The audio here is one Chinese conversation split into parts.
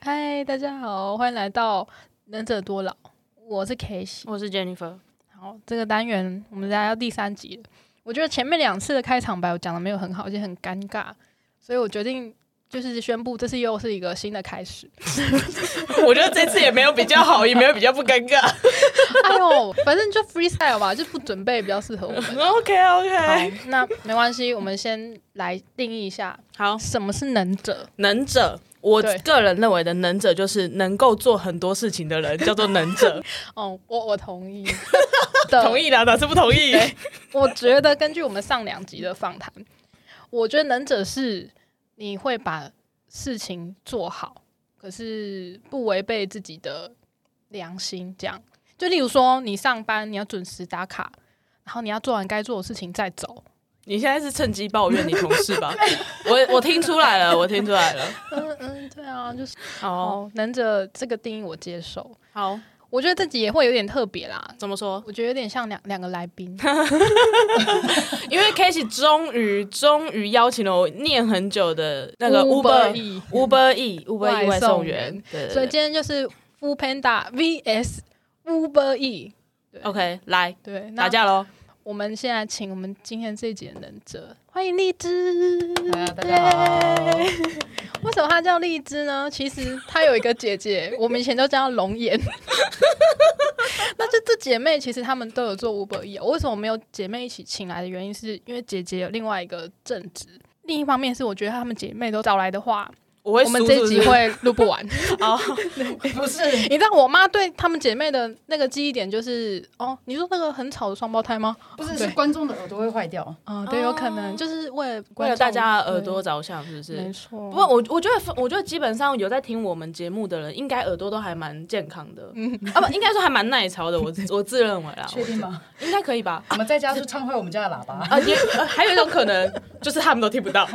嗨，大家好，欢迎来到《能者多劳》，我是 K 西。我是 Jennifer，好，这个单元我们来到第三集了。我觉得前面两次的开场白我讲的没有很好，而且很尴尬，所以我决定就是宣布，这次又是一个新的开始。 我觉得这次也没有比较好，也没有比较不尴 尬。哎呦，反正就 freestyle 吧，就不准备比较适合 我们。 OK 好 OK，，那没关系，我们先来定义一下好，什么是能者。能者，我对个人认为的能者就是能够做很多事情的人，叫做能 者。哦，我我同意， 同。意啦，哪次不同意？对我觉得根据我们上两集的访谈，我觉得能者是你会把事情做好，可是不违背自己的良心。这样，就例如说你上班你要准时打卡，然后你要做完该做的事情再走。你现在是趁机抱怨你同事 吧？我我听出来了，我听出来了。嗯嗯，对啊，就是好哦，能者这个定义我接受。好，我觉得这集也会有点特别啦，怎么说？我觉得有点像两两个来 宾。因为 k a s e y 终于终于邀请了我念很久的那个 Uber Uber E， Uber E Uber E 外外送送员员，对所以对对今天就是 Food Panda VS Uber E。 OK 来对，那打架喽。我们现在请我们今天这一集的能者，欢迎荔枝。嗨大家好耶为什么它叫荔枝呢？其实它有一个姐 姐，我们以前都叫她龙眼。 那这这姐妹其实她们都有做 Uber E 哦。为什么没有姐妹一起请来的原因，是因为姐姐有另外一个正职。另一方面是，我觉得她们姐妹都找来的话，我会我们输这是一不集 是会录不 完。哦，不是，你知道我妈对她们姐妹的那个记忆点就是，哦，你说那个很吵的双胞胎吗？不是对是观众的耳朵会坏掉。啊、对，有可能就是为了为观了众大家耳朵着想，是不对没是？错。不过我我觉得，我觉得基本上有在听我们节目的人，应该耳朵都还蛮健康的，啊不，应该说还蛮耐操的。我我自认为啦，确定吗？应该可以吧？我们在家是唱坏我们家的喇叭。啊，也呃还有一种可能就是他们都听不到，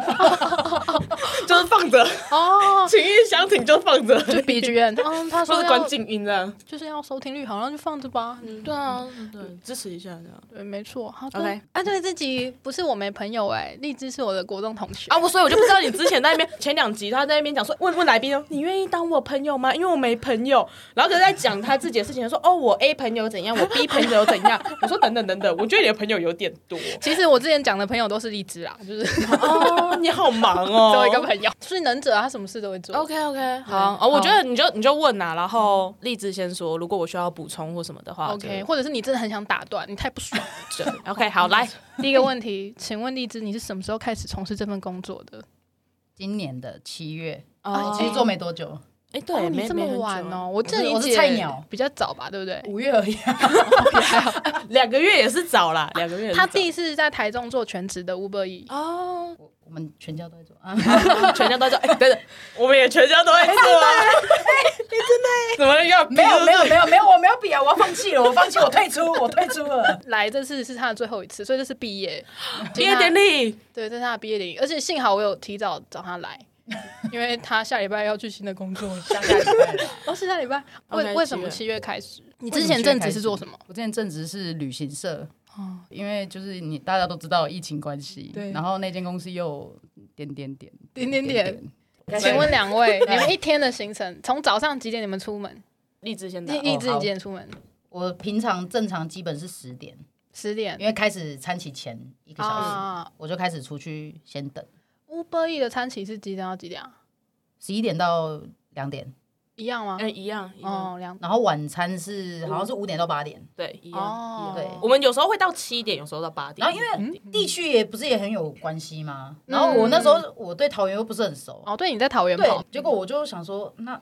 就是放着，哦，情意相挺就放着， 就 B G M，嗯， 他或说者关要静音这样。就是要收听率好，那就放着吧。嗯，对啊，对，支持一下这样。对，没错。好的 OK 啊，对，这集不是我没朋友哎、荔枝是我的国中同学啊，我所以我就不知道你之前在那边 前两集他在那边讲说，问问来宾哦，你愿意当我朋友吗？因为我没朋友。然后可是在讲他自己的事情，他说哦，我 A 朋友怎样，我 B 朋友怎样。 我说等等等等，我觉得你的朋友有点多其实我之前讲的朋友都是荔枝啦，就是只哦， 你好 忙哦。有一个朋友，所以能者他什么事都会做。 OK OK，好哦，好我觉得你就你就问啊，然后荔枝先说，如果我需要补充或什么的话 OK，或者是你真的很想打断，你太不 爽了。就就 OK 好来，第一个问题，请问荔枝，你是什么时候开始从事这份工作的？今年的七月，哦其实做没多久，哎哦对，你没这么晚，哦，我这我是里我是菜鸟比较早吧，对不对？五月而已啊。没很久两个月也是早啦，两个月也是他早弟是在台中做全职的 Uber E，哦，我我们全家 都在做啊。 全家都在做。哎、等等，我们也全家都在做、啊。哎、你真的、怎哎么要逼没有没有就是没有没有，我没有比啊，我要放弃了，我放弃，我 退出，我退出了。来这次是他的最后一次，所以这是毕业毕业典礼，礼，对，这是他的毕业典礼，而且幸好我有提早找他来，因为他下礼拜要去新的工作了，下下礼拜了哦，是下礼拜，为 OK，为什么七七月开始？你之前正职是做什么？？哦我之前正职是旅行社。因为就是你大家都知道疫情关系，对然后那间公司又点点点点点点，请问两位，你们一天的行程从早上几点你们出门？荔枝先打荔。荔枝好几点出门？我平常正常基本是十点，十点因为开始餐期前一个小时，啊。我就开始出去先等， Uber E 的餐期是几点到几点啊？十一点到两点，一样吗嗯、？一样，一样，哦，两然后晚餐是好像是五点到八点，对，一样。哦，嗯对我们有时候会到七点，有时候到八点。然后因嗯为地区也不是也很有关系吗？然后我那时候我对桃园又不是很熟，哦，对，你在桃园对跑，，结果我就想说那。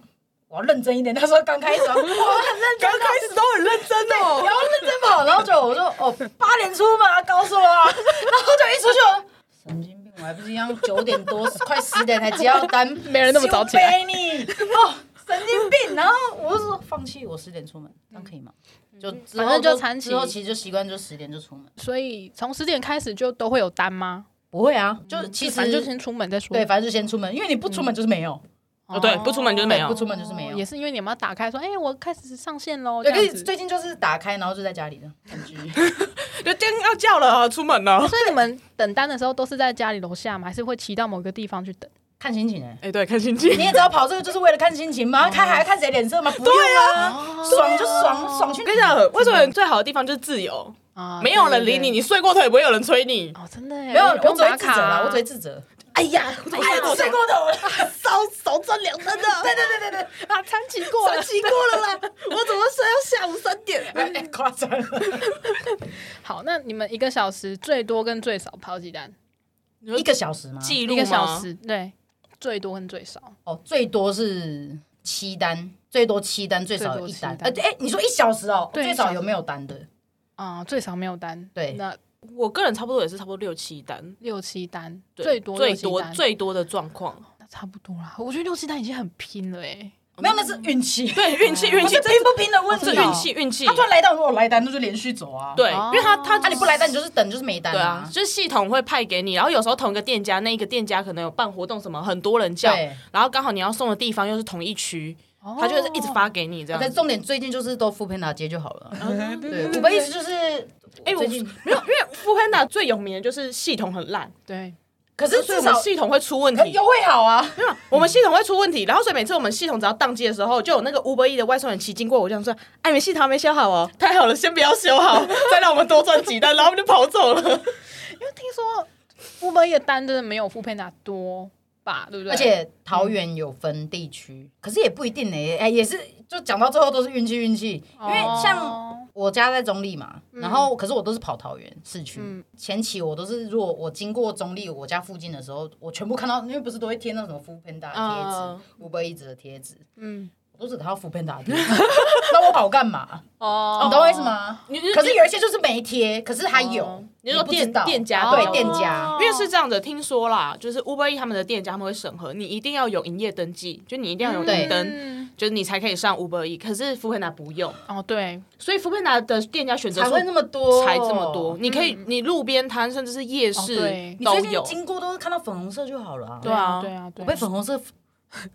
我要认真一点， 那时候刚开始，我要认真刚啊，开始都很认真哦我。要认真跑，然后就我就哦八点出门啊，告诉我啊，然后就一出去，我神经病，我还不是一样九点多快十点才接到单，没人那么早起来羞悲你哦，神经病。然后我就说放弃，我十点出门，这样可以吗？就之反后正就残疾之后其实就习惯就十点就出门，所以从十点开始就都会有单吗？不会啊，就其反实正就先出门再说。对，反正就先出门，因为你不出门就是没有，哦对不出门就是没有对不出门就是没哦有也是因为你们要打开说，哎，我开始上线喽。对，这可样是子，最近就是打开，然后就在家里的感觉。就今天要叫了啊，出门了。所以你们等单的时候都是在家里楼下吗？还是会骑到某个地方去等？看心情哎。哎，对，看心情。你也知道跑这个就是为了看心情吗？看还要看谁脸色吗？不用啊，哦爽就爽，爽去我跟你讲，为什么最好的地方就是自由，啊没有人理对你，对你睡过头也不会有人催你。对哦，真的耶没有，你不用我只打会自卡责啦啊，，我只会自 责。哎呀，我怎么睡过头睡？过头了，少少赚两分的，对对对对对，啊，餐期过了，奇过了啦！我怎么睡到下午三点？哎哎夸张了， 好，那你们一个小时最多跟最少跑几单？一个小时吗？记一录个吗小，时，对，最多跟最少。哦，最多是七单，最多七单，最最少有多一七单。呃单，哎，你说一小时哦，对最少有没有单的？啊、最少没有单，对那我个人差不多也是差不多六七单，六七单，对最多最六七多单最多的状况。那差不多啦。我觉得六七单已经很拼了哎、没有，那是运气，对，运气不运气哦是，拼不拼的问这题。是哦运气运气他。突然来单，我说我来单，那就连续走啊。，对，哦因为他他那你不来单，你就是等，就是没单对啊，。就是系统会派给你，然后有时候同一个店家，那一个店家可能有办活动什么，很多人叫对，哦然后刚好你要送的地方又是同一区，他就是一直发给你这样但。重点最近就是都副片拿接就好了。对，我的意思就是，哎，我最近没有，因为 f o o Panda 最有名的就是系统很烂，对，可是所以至我们少系统会出问可题。优惠好啊。没有，我们系统会出问题，然后所以每次我们系统只要宕机的时候，就有那个 Uber E 的外送员骑经过，我就想说，哎，你们系统还没修好哦，太好了，先不要修好，再让我们多赚几单，然后我们就跑走了。因为听说乌龟的单真的没有富佩达多吧，对不对？而且桃园有分地区，可是也不一定呢、哎、也是就讲到最后都是运气运气，因为像哦我家在中立嘛，嗯然后可是我都是跑桃园市区。嗯前期我都是，如果我经过中立我家附近的时候，我全部看到，因为不是都会贴那种什么福喷达的嗯贴纸、五百一子的贴纸，嗯我都只看到福喷达的贴纸， 那我跑干嘛？哦，你懂我意思？吗？你可是有一些就是没贴，可是还有哦，你是说不知店道店家哦对的店家， 因为是这样的，听说啦，就是 Uber E 他们的店家他们会审核，你一定要有营业登记，就你一定要有嗯对红灯，就是你才可以上 Uber E。可是福佩达不用，哦，对，所以福佩达的店家选择才数会那么多，嗯才这么多。。你可以，你路边摊甚至是夜市哦对你都最近有。经过都是看到粉红色就好了啊。对啊对啊，对我啊被粉红 色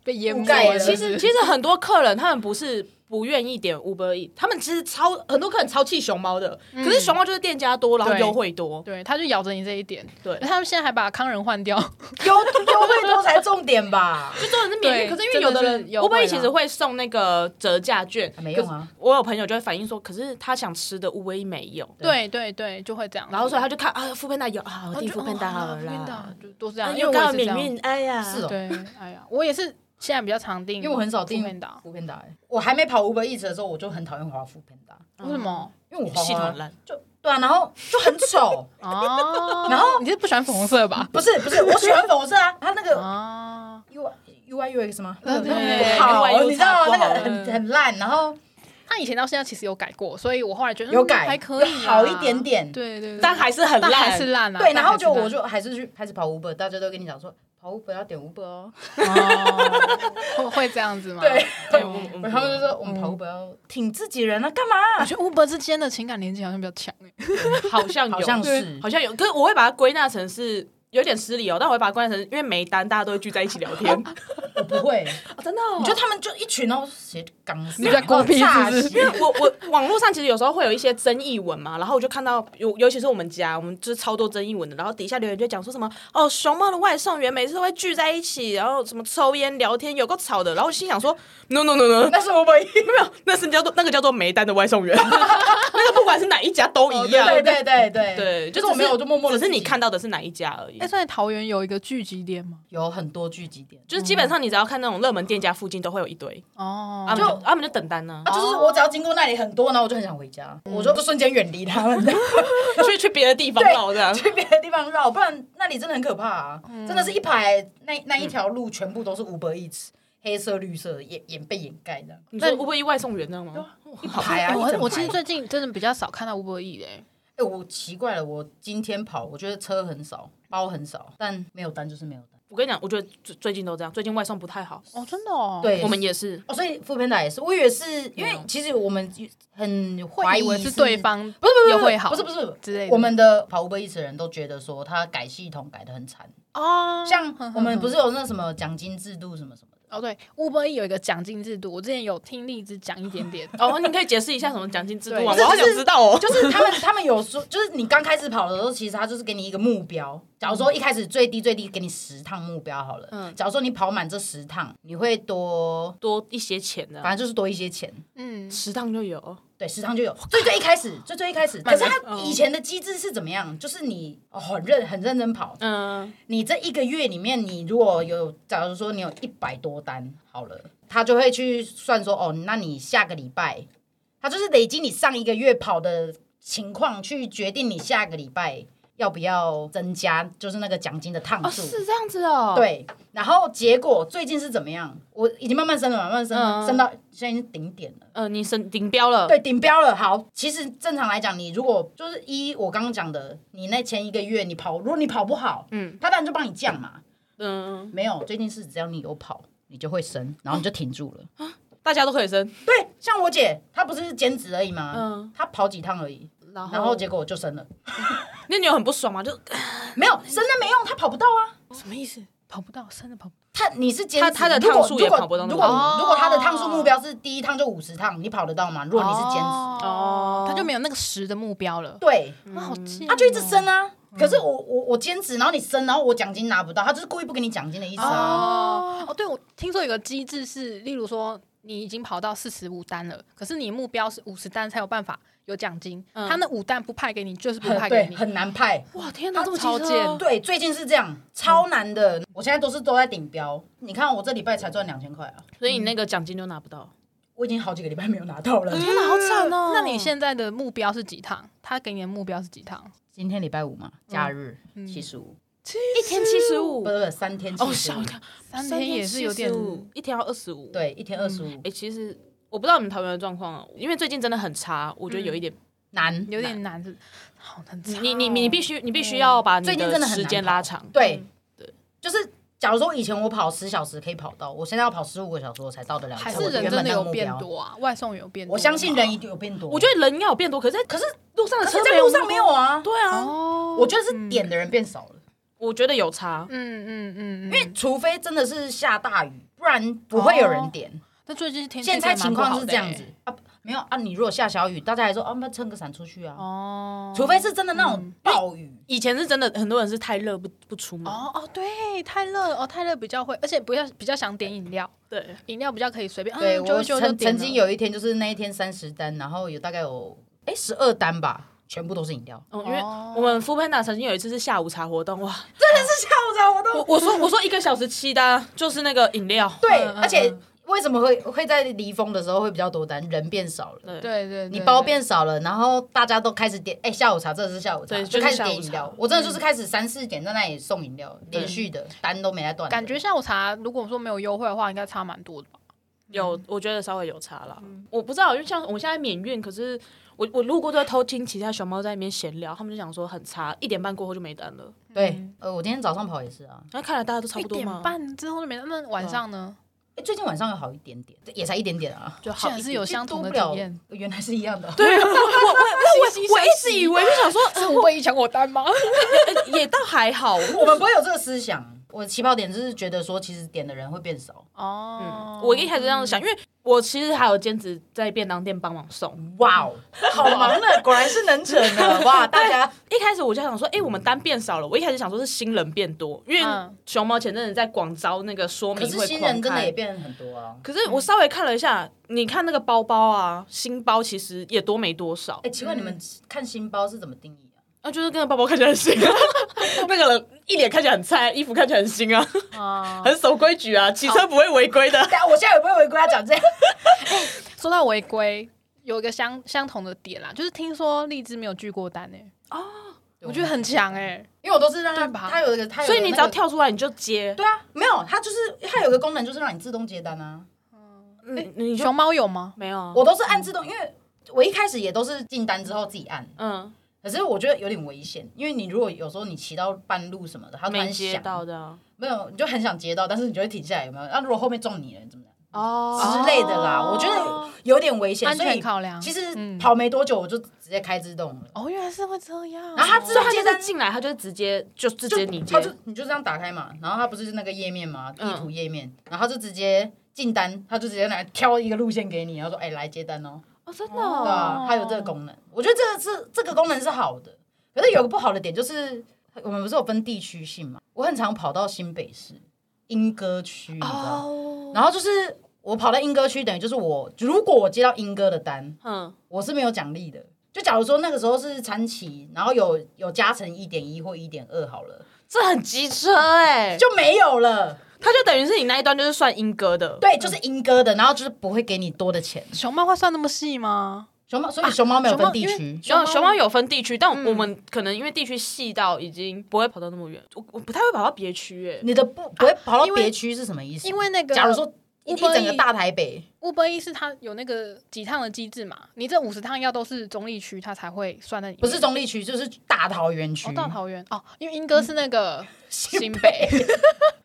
被淹覆没盖了是其不实是其实很多客人他们不是不愿意点 Uber E，他们其实超很多客人超气熊猫的，可是熊猫就是店家多，然后对优惠多。对，他就咬着你这一点。对他们现在还把康仁换掉，优优惠多才重点吧？就做的是免对运，可是因为有的真的人是优惠啦 Uber E 其实会送那个折价券，没用啊可是我有朋友就会反映说，可是他想吃的 Uber E 没有，对对对，就会这样。然后所以他就看啊，富片大有啊，我然后订就富片大好了哦好啦啊啦，，Foodpanda，就都是这样，因为又我也刚好是这免样。运，哎呀，是哦对，哎呀，我也是现在比较常订，因为我很少订面岛。福片达、欸，我还没跑 Uber Eats 的时候，我就很讨厌滑福片达，为什么？因为我滑系滑统烂，就对啊，然后就很丑， 哦，然后你是不喜欢粉红色吧？不是不是，我喜欢粉红色啊，它那个啊， U U I U X 吗？对不对好 UI，你知道不那好个很很烂，然后他以前到现在其实有改过，所以我后来觉得有嗯改还可以啊，好一点点对对，对但还是很但还烂，是 烂啊。对，然后就但还我是就还是去开始跑 Uber，大家都跟你讲说跑 Uber 要点 Uber 哦，烂哦会会这样子吗？ 对，对，我我然后就说我们跑 Uber 要挺自己人啊，干嘛我？觉得 Uber 之间的情感连接好像比较强欸诶。好像有，好像是好像有，可是我会把它归纳成是有点失礼哦，但我会把它归纳成，因为没单，大家都会聚在一起聊天。我不会，真的、哦你你就就他们就一群哦，谁刚 死，你在孤僻是不是因为我我 网络上其实有时候会有一些争议文嘛，然后我就看到尤尤其是我们家，我们就是超多争议文的，然后底下留言就讲说什么哦，熊猫的外送员每次都会聚在一起，然后什么抽烟聊天，有够吵的，然后我心想 说 no no no no，那是 Uber Eats。没有，那是叫做那个叫做没单的外送 员，那个不管是哪一家都一样，对对对对哦对，就是是我没有，我就默默的。只是你看到的是哪一家而已 哎，。所以桃园有一个聚集点吗？有很多聚集点，就是基本上你只要看那种热门店家附近都会有一堆，哦，他们就他们就等单呢、啊就是我只要经过那里很多，然后我就很想回家，我就瞬间远离他们，去去别的地方绕这样。去别的地方绕，不然那里真的很可怕啊！真的是一排那那一条路全部都是 Uber Eats，黑色绿色的掩掩被掩盖的，你说会不会外送员这样吗？一排啊！我一整排我其实最近真的比较少看到 Uber E 嘞，哎，我奇怪了，我今天跑，我觉得车很少，包很少，但没有单就是没有单。我跟你讲，我觉得最最近都这样，最近外送不太好。哦，真的哦，对，我们也是，哦，所以副 panda 也是，我以为是因为嗯其实我们很怀会以疑为是对方不是不是也不是会好，不是不是之类的我们的跑 Uber Eats 的人都觉得说他改系统改的很惨，哦，像哼哼我们不是有那什么奖金制度什么什么的，哦，对，Uber E 有一个奖金制度，我之前有听荔枝讲一点点，哦，你可以解释一下什么奖金制度啊？对我好想知道哦。就是他们，他们有说，就是你刚开始跑的时候，其实他就是给你一个目标。假如说一开始最低最低给你十趟目标好了，嗯假如说你跑满这十趟，你会多，多一些钱呢、反正就是多一些钱。 嗯，十趟就有。对，十趟就有。最最一开始，最最一开哦始，可是他以前的机制是怎么样？就是你哦很认很认真跑，嗯，你这一个月里面，你如果有，假如说你有一百多单好了，他就会去算说，哦，那你下个礼拜，他就是累积你上一个月跑的情况，去决定你下个礼拜要不要增加，就是那个奖金的趟哦，数。是这样子哦。，对，然后结果最近是怎么样？我已经慢慢升了，慢慢升，嗯升到现在已经顶点了。呃，你升顶标了。对，顶标了。好，其实正常来讲，你如果就是一我刚刚讲的，你那前一个月你跑，如果你跑不好，嗯，他当然就帮你降嘛。嗯，没有，最近是只要你有跑，你就会升，然后你就停住了。哦大家都可以升。对，像我姐，她不是兼职而已吗？嗯她跑几趟而已，然后，然后结果我就升了。那你有很不爽吗？就没有升了没用，她跑不到啊。什么意思？跑不到，真的跑不到。她你是兼职，她她的如果趟数也如果跑不到那么如果多如果她的趟数目标是第一趟就五十趟，你跑得到吗？如果你是兼职，哦嗯他就没有那个十的目标了，对，啊，好气，她就一直升啊。可是我我我兼职，然后你升，然后我奖金拿不到，她就是故意不给你奖金的意思啊。哦哦，对，我听说有个机制是，例如说你已经跑到四十五单了，可是你目标是五十单才有办法有奖金，嗯他那五单不派给你，就是不很派给对，你。很难派。哇，天哪啊哪，这这么么机车哦对，最近是这样，超难的。我现在都是都在顶标，你看我这礼拜才赚两千块啊，所以你那个奖金就拿不到。我已经好几个礼拜没有拿到了。天哪，好惨哦那你现在的目标是几趟？他给你的目标是几趟？今天礼拜五嘛，假日嗯七十五，一天七十五不是不是三天哦，七十吓五我一，跳，三天也是有点75一天要二十五。，对，一天二十五嗯哎、，其实我不知道你们桃园的状况啊，因为最近真的很差，我觉得有一点，难，有点难，是好难查哦。你你你你必须你必须要把你嗯最近真的很难时间跑拉嗯长。对对，就是假如说以前我跑十小时可以跑到，我现在要跑十五个小时我才到得了，还才是我人原真本的那个有目变标。多啊，外送有变多。我相信人一定有变多，我觉得人要有变多，可是在可是路上的可车是在没有路上没有啊，对啊，哦，我觉得是点的人变少了，我觉得有差。嗯嗯嗯，因因为除非真的是下大雨，不然不会有人点。那最近天气现在情况是这样子真的蛮不好的欸啊，没有啊，你如果下小雨，大家还说哦，那撑个伞出去啊，哦，除非是真的那种暴雨。以前是真的很多人是太热不不出门，哦哦，对，太热哦，太热比较会，而且不要比较想点饮料，对，饮料比较可以随便。对嗯、就我就曾曾经有一天，就是那一天三十单，然后有大概有哎十二单吧，全部都是饮料。哦，因为哦我们 f o o Panda 曾经有一次是下午茶活动，哇，真的是下午茶活我动，我说我说一个小时七单就是那个饮料，对，嗯嗯而且为什么会会在离峰的时候会比较多单，人变少了。对对对，对你包对变少了，然后大家都开始点，哎、下午茶，这是下午茶，对就就是开始下午点饮料茶。我真的就是开始三四点在那里送饮料，连续的单都没在断的。感觉下午茶如果说没有优惠的话，应该差蛮多的吧？有我觉得稍微有差啦。嗯我不知道，因为像我现在免运，可是我我路过都会偷听其他熊猫在那边闲聊，他们就讲说很差，一点半过后就没单了。对，呃，我今天早上跑也是啊，那看来大家都差一不多点嘛，半之后就没，那晚上呢？哎，最近晚上有好一点点，也才一点点啊，就好竟一然点是有相同的体验。多不了，原来是一样的。对，我我我我我一直以为就想说是我被影响我单 吗？呃也倒还好，我们不会有这个思想。我的起跑点就是觉得说，其实点的人会变少。哦，我一开始这样想，因为我其实还有兼职在便当店帮忙送，哇哦，好忙的，果然是能成的哇！大 家一开始我就想说，哎、我们单变少了。我一开始想说是新人变多，因为嗯熊猫前阵子在广招那个说明可会是狂开，新人真的也变很多啊。可是我稍微看了一下，你看那个包包啊，新包其实也多没多少，哎，奇怪，你们看新包是怎么定义啊？ 那、就是跟个包包看起来很新，啊 那个人一脸看起来很菜，衣服看起来很新啊，哦啊，很守规矩啊，骑车不会违规的。等下我现在有没有违规要讲这样？说到违规，有一个相相同的点啦，就是听说荔枝没有拒过单诶、我觉得很强欸诶、因为我都是让他对吧他有一个，他有一 个所以你只要那个跳出来你就接，对啊，没有，它就是它有一个功能，就是让你自动接单啊。你嗯你就熊猫有吗？没有啊，我都是按自动，因为我一开始也都是进单之后自己按，嗯可是我觉得有点危险，因为你如果有时候你骑到半路什么的，它突没然接响，到的啊、没有，你就很想接到，但是你就会停下来，有没有？那、如果后面撞你了，你怎么样？哦之类的啦，我觉得有点危险，安所全以考量。其嗯实跑没多久我就直接开自动了，哦，原来是会这样。然后他哦自所以他动就接是单进来，他就直接就直接你接他，就你就这样打开嘛，然后他不是那个页面嘛，地嗯图页面，然后他就直接进单，他就直接来挑一个路线给你，然后说哎、来接单哦，哦，真的对哦，啊，它有这个功能，我觉得这个是这个功能是好的，可是有个不好的点就是我们不是有分地区性嘛，我很常跑到新北市莺歌区，你知道吗哦，然后就是我跑到莺歌区，等于就是我如果我接到莺歌的单，嗯，我是没有奖励的。就假如说那个时候是餐期，然后有有加成一点一或一点二好了，这很机车哎，就没有了。他就等于是你那一段就是算英歌的，对，就是莺歌的，然后就是不会给你多的钱。熊猫会算那么细吗？熊猫，所以熊猫没有啊熊猫分地因为区，熊熊熊猫猫有嗯分地区，但我们可能因为地区细到已经不会跑到那么远，我我不太会跑到别区哎。你的不不会跑到因为别区是什么意思？因为那个假如说一一 Uber 整个 Eats 大台北， Uber E 是它有那个几趟的机制嘛？你这五十趟要都是中立区，它才会算在里面。不是中立区，就是大桃园区嗯哦，。大桃园哦，因为英哥是那个新北，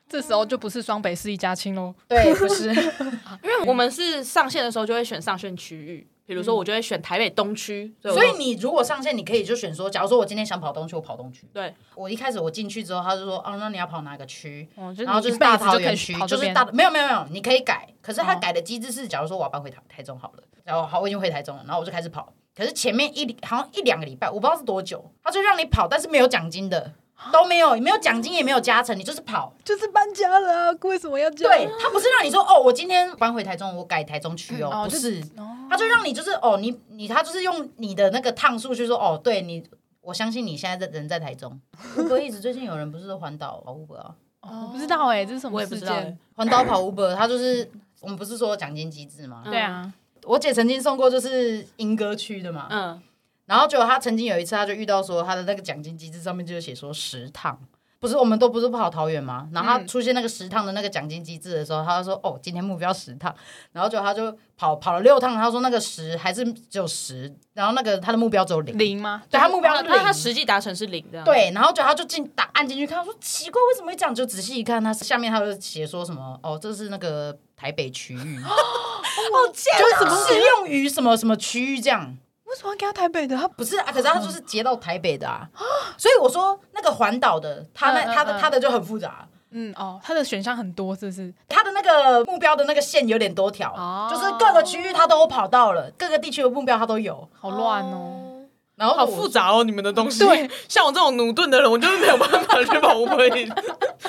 这时候就不是双北是一家亲喽。 对，不是因为我们是上线的时候就会选上线区域，比如说我就会选台北东区，所以你如果上线，你可以就选说，假如说我今天想跑东区，我跑东区。对我一开始我进去之后，他就说，哦，那你要跑哪个区？哦，就然后你就一是辈大子桃就可园以区，跑就这是边大，没有没有没有，你可以改。可是他哦改的机制是，假如说我要搬回台台中好了，然后好，我已经回台中了，然后我就开始跑。可是前面一好像一两个礼拜，我不知道是多久，他就让你跑，但是没有奖金的，都没有，没有奖金也没有加成，你就是跑。就是搬家了啊，为什么要这对样？他不是让你说哦，我今天搬回台中，我改台中区嗯哦，哦不，就是哦他就让你就是哦，你你他就是用你的那个趟数去说哦，对你，我相信你现在在人在台 中。Uber 一直最近有人不是都环岛跑 Uber 啊，哦我不知道哎，这是什我么也不事知道件？环岛跑 Uber，他就是我们不是说奖金机制吗？嗯对啊，我姐曾经送过就是莺歌区的嘛，嗯，然后结果她曾经有一次，她就遇到说她的那个奖金机制上面就是写说十趟。不是我们都不是跑桃园吗？然后她嗯出现那个十趟的那个奖金机制的时候，她就说：“哦，今天目标十趟。”然后就她就跑跑了六趟，她说那个十还是只有十，然后那个她的目标只有零，零吗？对她目标他是他他零。实际达成是零这样，，对，然后就她就进打按进去看，她说奇怪，为什么会这样？就仔细一看，她下面她就写说什么哦，这是那个台北区域，好贱啊，就是 适用于什么什么区域这样。为什么要给他台北的？他不是啊，可是他就是截到台北的啊，所以我说那个环岛的，他那嗯嗯他的嗯他的就很复杂，嗯哦，他的选项很多，是不是？他的那个目标的那个线有点多条哦，就是各个区域他都跑到了，各个地区的目标他都有，好乱哦。。然后好我复，杂哦，你们的东西。对， 像我这种努顿的人，我就是没有办法去跑五百 米，。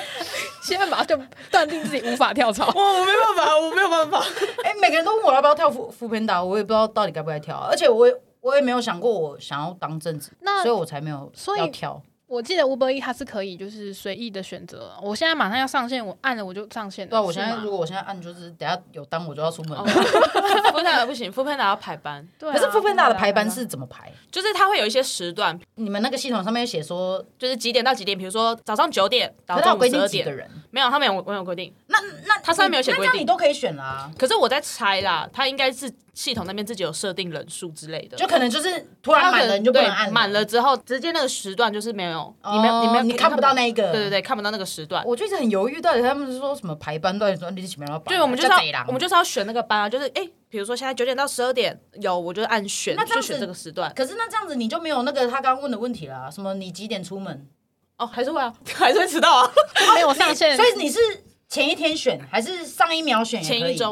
现在马上就断定自己无法跳槽我我没办法，我没有办法。哎，每个人都问我要不要跳副副偏岛，我也不知道到底该不该跳，而且我也我也没有想过我想要当正职，那所以我才没有所以要跳。我记得 Uber E 它是可以就是随意的选择，我现在马上要上线，我按了我就上线了。对啊，我现在是吗如果我现在按就是等下有单我就要出哦门了，富达不行，富佩达要排班，对啊，可是副偏岛的排班对啊是怎么排？就是它会有一些时段，你们那个系统上面写说，就是几点到几点，比如说早上九点可到是它中午有规十定二几个点，人？没有，他没有没有规定。那那它上面没有写那这规样定你都可以选啦、啊，可是我在猜啦，它应该是系统那边自己有设定人数之类的，就可能就是突它然可满能了你就不能按对满了，之后，直接那个时段就是没有，哦你没有你没有你看不到那一个，对对。对，看不到那个时段。我就一直很犹豫，到底他们是说什么排班，到底说你是什么样的班？对，我们就是叫贼要狼，我们就是要选那个班啊，就是哎，诶比如说现在九点到十二点有，我就按选，那这就样子选这个时段。可是那这样子你就没有那个他刚刚问的问题啦，什么你几点出门？哦，还是会啊， 还是会迟到啊。就没有上线，所以你是前一天选还是上一秒哎选也可以？前一周，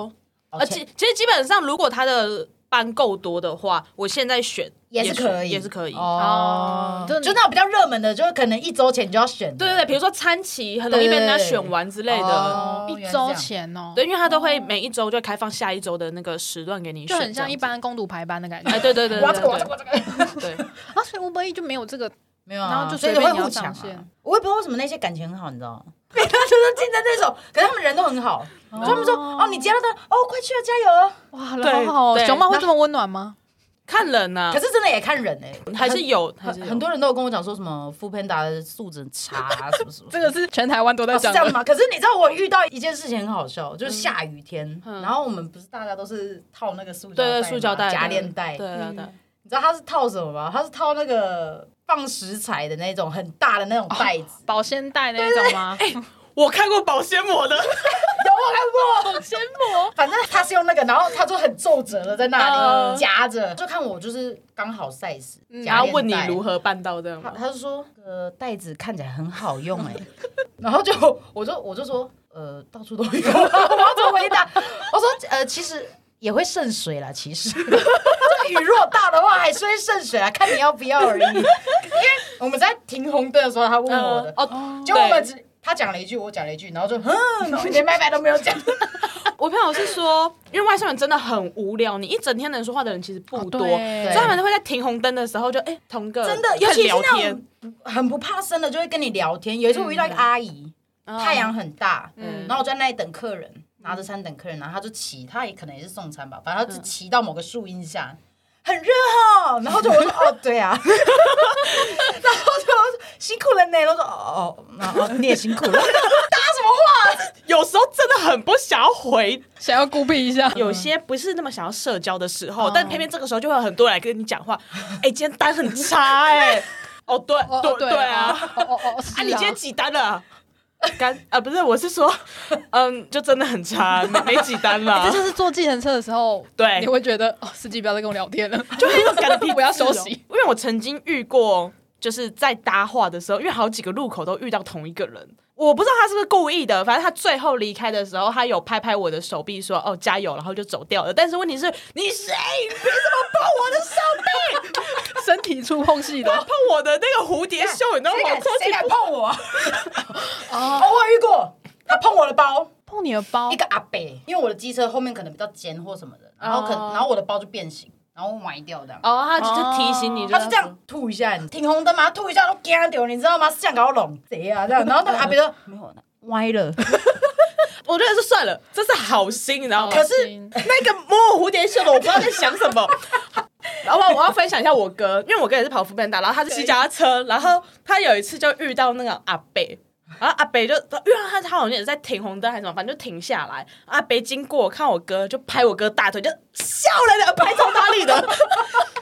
哦，而前且其实基本上如果他的班够多的话，我现在选也是可以，也是可以。哦哦。就就那种比较热门的，就是可能一周前就要选。对对对，比如说餐期很容易被人家对对对选完之类的。哦一周，前哦，对，，因为他都会每一周就开放下一周的那个时段给你就选，很像一这样般攻读排班的感子。觉。哎，对对对原来对是 这样我要这个，对我要这个，我要这个。对，对啊，所以 Uber E 就没有这个，没有啊，然后就所以随会便你互要抢、上啊线。我也不知道为什么那些感情很好，你知道 吗？每个就是竞争对手，可是他们人都很好，就他们说哦，你接到他，哦，快去啊，加油哦！哇，对然后对熊猫会这么温暖吗？看人呐可，是真的也看人哎、啊还是有，还很是很有很多人都有跟我讲说什么富潘达的素质很差、啊，什么 什么。这个是全台湾都在哦是讲这的样吗？可是你知道我遇到一件事情很好笑，就是下雨天，嗯然后我们不是大家都是套那个塑胶对对嘛塑胶袋夹链袋，对对对 嗯。你知道他是套什么吗？他是套那个放食材的那种很哦大的那种袋子，保鲜袋那一种吗？ 我看过保鲜膜的，有啊，看过，好先磨，反正他是用那个，然后他就很皱褶了在那嗯里夹着，就看我就是刚好 size，然然后问你如。何办到这样他吗？他就说，呃，袋子看起来很好用 哎、然后就我就我就说，呃，到处都有，我 要怎么回答？我说，呃，其实也会渗水啦，其实这雨若大的话，还是会渗水啦，啊看你要不要而已。因为我们在停红灯的时候，他问我的，嗯哦结果我们对只他讲了一句，我讲了一句，然后就哼，然后连拜拜都没有讲。我朋友是说，因为外送人真的很无聊，你一整天能说话的人其实不哦多，对所以他们都会在停红灯的时候就哎、同个 真 的，尤其是聊那天种，不很不怕生的，就会跟你聊天。有一次我遇到一个阿姨，太阳很大，嗯然后我就在那里等客人，拿着餐等客人，然后她就骑，她也可能也是送餐吧，反正她就骑到某个树荫下，很热哦，然后就我说哦对 啊，然后就哦辛苦了呢，我说哦哦哦哦你也辛苦了，搭什么话？有时候真的很不想要回想要孤僻一下，有些不是那么想要社交的时嗯候，但偏偏这个时候就会有很多人来跟你讲话。哎、今天单很差哎、哦，对哦对哦对啊，，哦哦哦，是啊，你今天几单了？干啊，不是，我是说，嗯，就真的很差，没没几单 这了，就是坐计程车的时候，对你会觉得哦，司机不要再跟我聊天了，就那 种感觉。我要休息哦因为我曾经遇过，就是在搭话的时候，因为好几个路口都遇到同一个人。我不知道他是不是故意的，反正他最后离开的时候，他有拍拍我的手臂说：“哦，加油！”然后就走掉了。但是问 题是，你谁？你凭什么碰我的手臂？ 身体触碰系的哦他，碰我的那个蝴蝶袖，你知道谁吗？敢我超谁级敢不碰 我？哦，我有遇过，他碰我的包。碰你的包一，个阿伯，因为我的机车后面可能比较尖或什么的，然后可哦然后我的包就变形，然后歪掉这样。哦，他就是提醒你，他就这样吐一下，停红灯嘛，他吐一下都惊掉，你知道吗？是想搞拢贼啊这样，然后那个阿伯说没有歪了，我觉得是算了，这是好心，你知道吗？可是那个摸我蝴蝶袖的，我不知道在想什么。然后我要分享一下我哥，因为我哥也是跑副班大，然后他是骑脚踏车，然后他有一次就遇到那个阿北，然后阿北就因为他他好像也是在停红灯还是什么，反正就停下来。阿北经过看我哥，就拍我哥大腿，就笑了呢，拍到哪里的，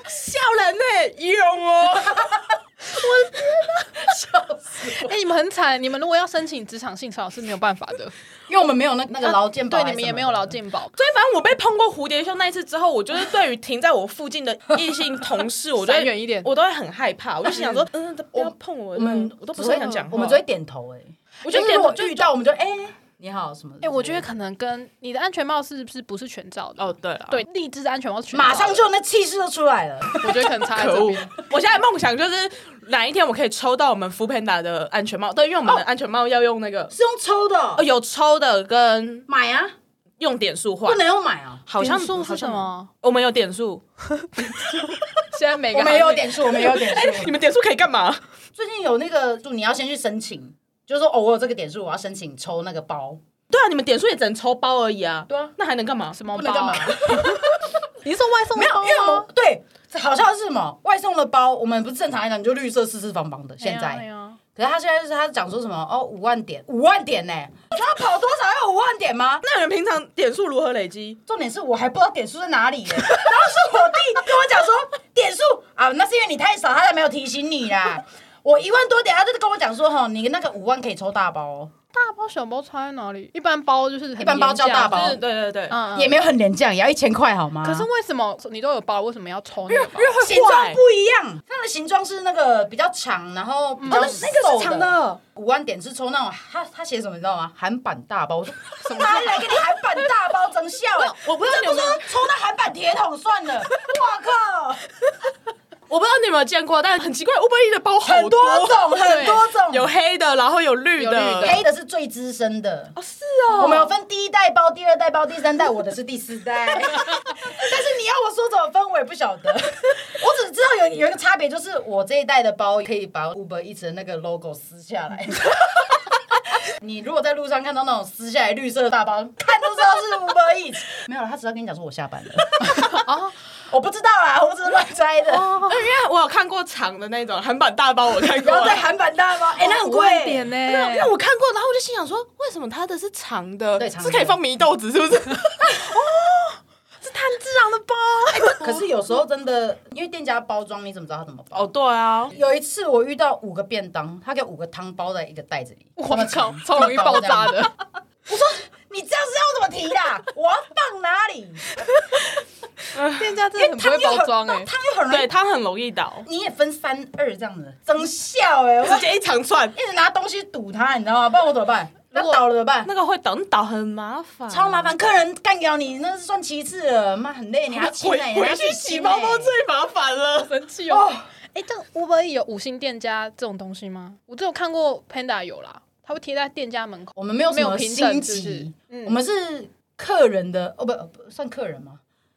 笑了呢，勇哦。 哎，你们很惨，你们如果要申请职场性骚扰是没有办法的，因为我们没有那那个 劳健保，啊对，你们也没有劳。健嗯保，所以反正我被碰过蝴蝶袖那一次之后，我就是对于停在我附近的异性同事，我都闪远一点我都会很害怕。我就心想说，嗯，不要碰我，我我们我都不是很想讲话。嗯我们只会点头哎，我就就是点如头果就遇到我们就哎你好什么的？哎，我觉得可能跟你的安全帽是不是不是全罩的？哦，对了，对，，荔枝的安全帽是全罩的马上就那气势就出来了， 我觉得可能差在可这恶边。！我现在梦想就是哪一天我可以抽到我们 f o o Panda 的安全帽，对，因为我哦们的安全帽要用那个是用抽的哦，哦，有抽的跟买啊，用点数换不，能用买啊。好像点数是什？好像么？我们有点数， 现在每个我们行也业有点数，我们也有点数。你们点数可以干嘛？最近有那个，就你要先去申请，就是说哦，我有这个点数，我要申请抽那个包，对啊，你们点数也只能抽包而已啊。对啊，那还能干嘛？什么不包能干嘛啊？？ 你是说外送没的有，包因为我吗们？对，这好像是什么外送的包，我们不是正常来讲你就绿色四四方方的，现哎在，呀可是他现在就是他讲说什么哦五万点，五万点呢、他跑多少要五万点吗？那你们平常点数如何累积？重点是我还不知道点数在哪里耶、 然后是我弟跟我讲说点数啊，那是因为你太少，他才没有提醒你啦。我一万多点，他就跟我讲说，哈，你那个五万可以抽大包、哦，大包小包差在哪里？一般包就是一一般包叫大包就是对对对，嗯，也没有很廉价，也要一千块好吗？可是为什么你都有包，为什么要抽那个 包？形状不一样，它的形状是那个比较长，然后比较哦瘦的。的，五万点是抽那种，他他写什么你知道吗？韩版大包，我说哪里来给你韩版大包，真笑哎、我不知道你 我有没说有，抽那韩版铁桶算 了，我靠，我不知道你有没有见过，但很奇怪，Uber E 的包好很多种，很多种，有黑的，然后有绿有绿的的，黑的是最资深的，哦，是哦，我们有分第一代包、第二代包、第三代，我的是第四 代。但是你要我说怎么分，我也不晓得。我只知道有有一个差别，就是我这一代的包可以把 Uber 一直的那个 logo 撕下 来。你如果在路上看到那种撕下来绿色的大包，看都知道是 Uber Eats。没有啦，他只要跟你讲说我下班了。哦 我不知道啦，我只是乱猜的。因为我有看过长的那种韩版大包，我看过然后在韩版大包，哎、那很五万贵点。呢？对啊因为我看过，然后我就心想说，为什么它的是长的？对长的是可以放米豆子，是 不是？哦是炭治郎的包，哎可是有时候真的，因为店家包装，你怎么知道他怎么包？哦，对啊，有一次我遇到五个便当，他给五个汤包在一个袋子里， 我靠，超容易爆炸的。我说你这样是要我怎么提啦？我要放哪里？店家真 的很不汤会又包很装哎、汤又很容对易，他很容易倒，你也分三二这样子，真笑哎、直我接一长串，一直拿东西堵他，你知道吗？不然我怎么办？那如果倒了怎么办？那个会倒，那倒很麻烦，超麻烦，客人干掉你那是算其次了，妈很累，你还要亲回呢，回去洗包包最最麻烦了，神奇哦！哦，哎、但 Uber Eats 有五星店家这种东西吗？我只有看过 Panda 有啦，它会贴在店家门口。我们没有没什有么评审是心不是急，嗯我们是客人的哦不不算客人吗？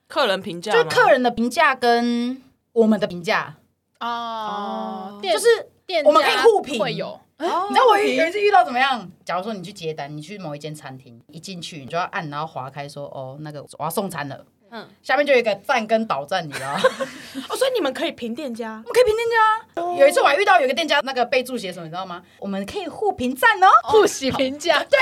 客人评价就是吗客人的评价跟我们的评价，哦哦，店就是店我们可以家互评会有你知道我有有一次遇到怎么样？假如说你去接单，你去某一间餐厅，一进去你就要按，然后划开说哦那个我要送餐了，嗯嗯，下面就有一个赞跟倒赞，你知道吗？ 哦，所以你们可以评店 家我们可以评店家啊。有一次我还遇到有一个店家，那个备注写什么，你知道吗？我们可以互评赞哦。互喜评价，对，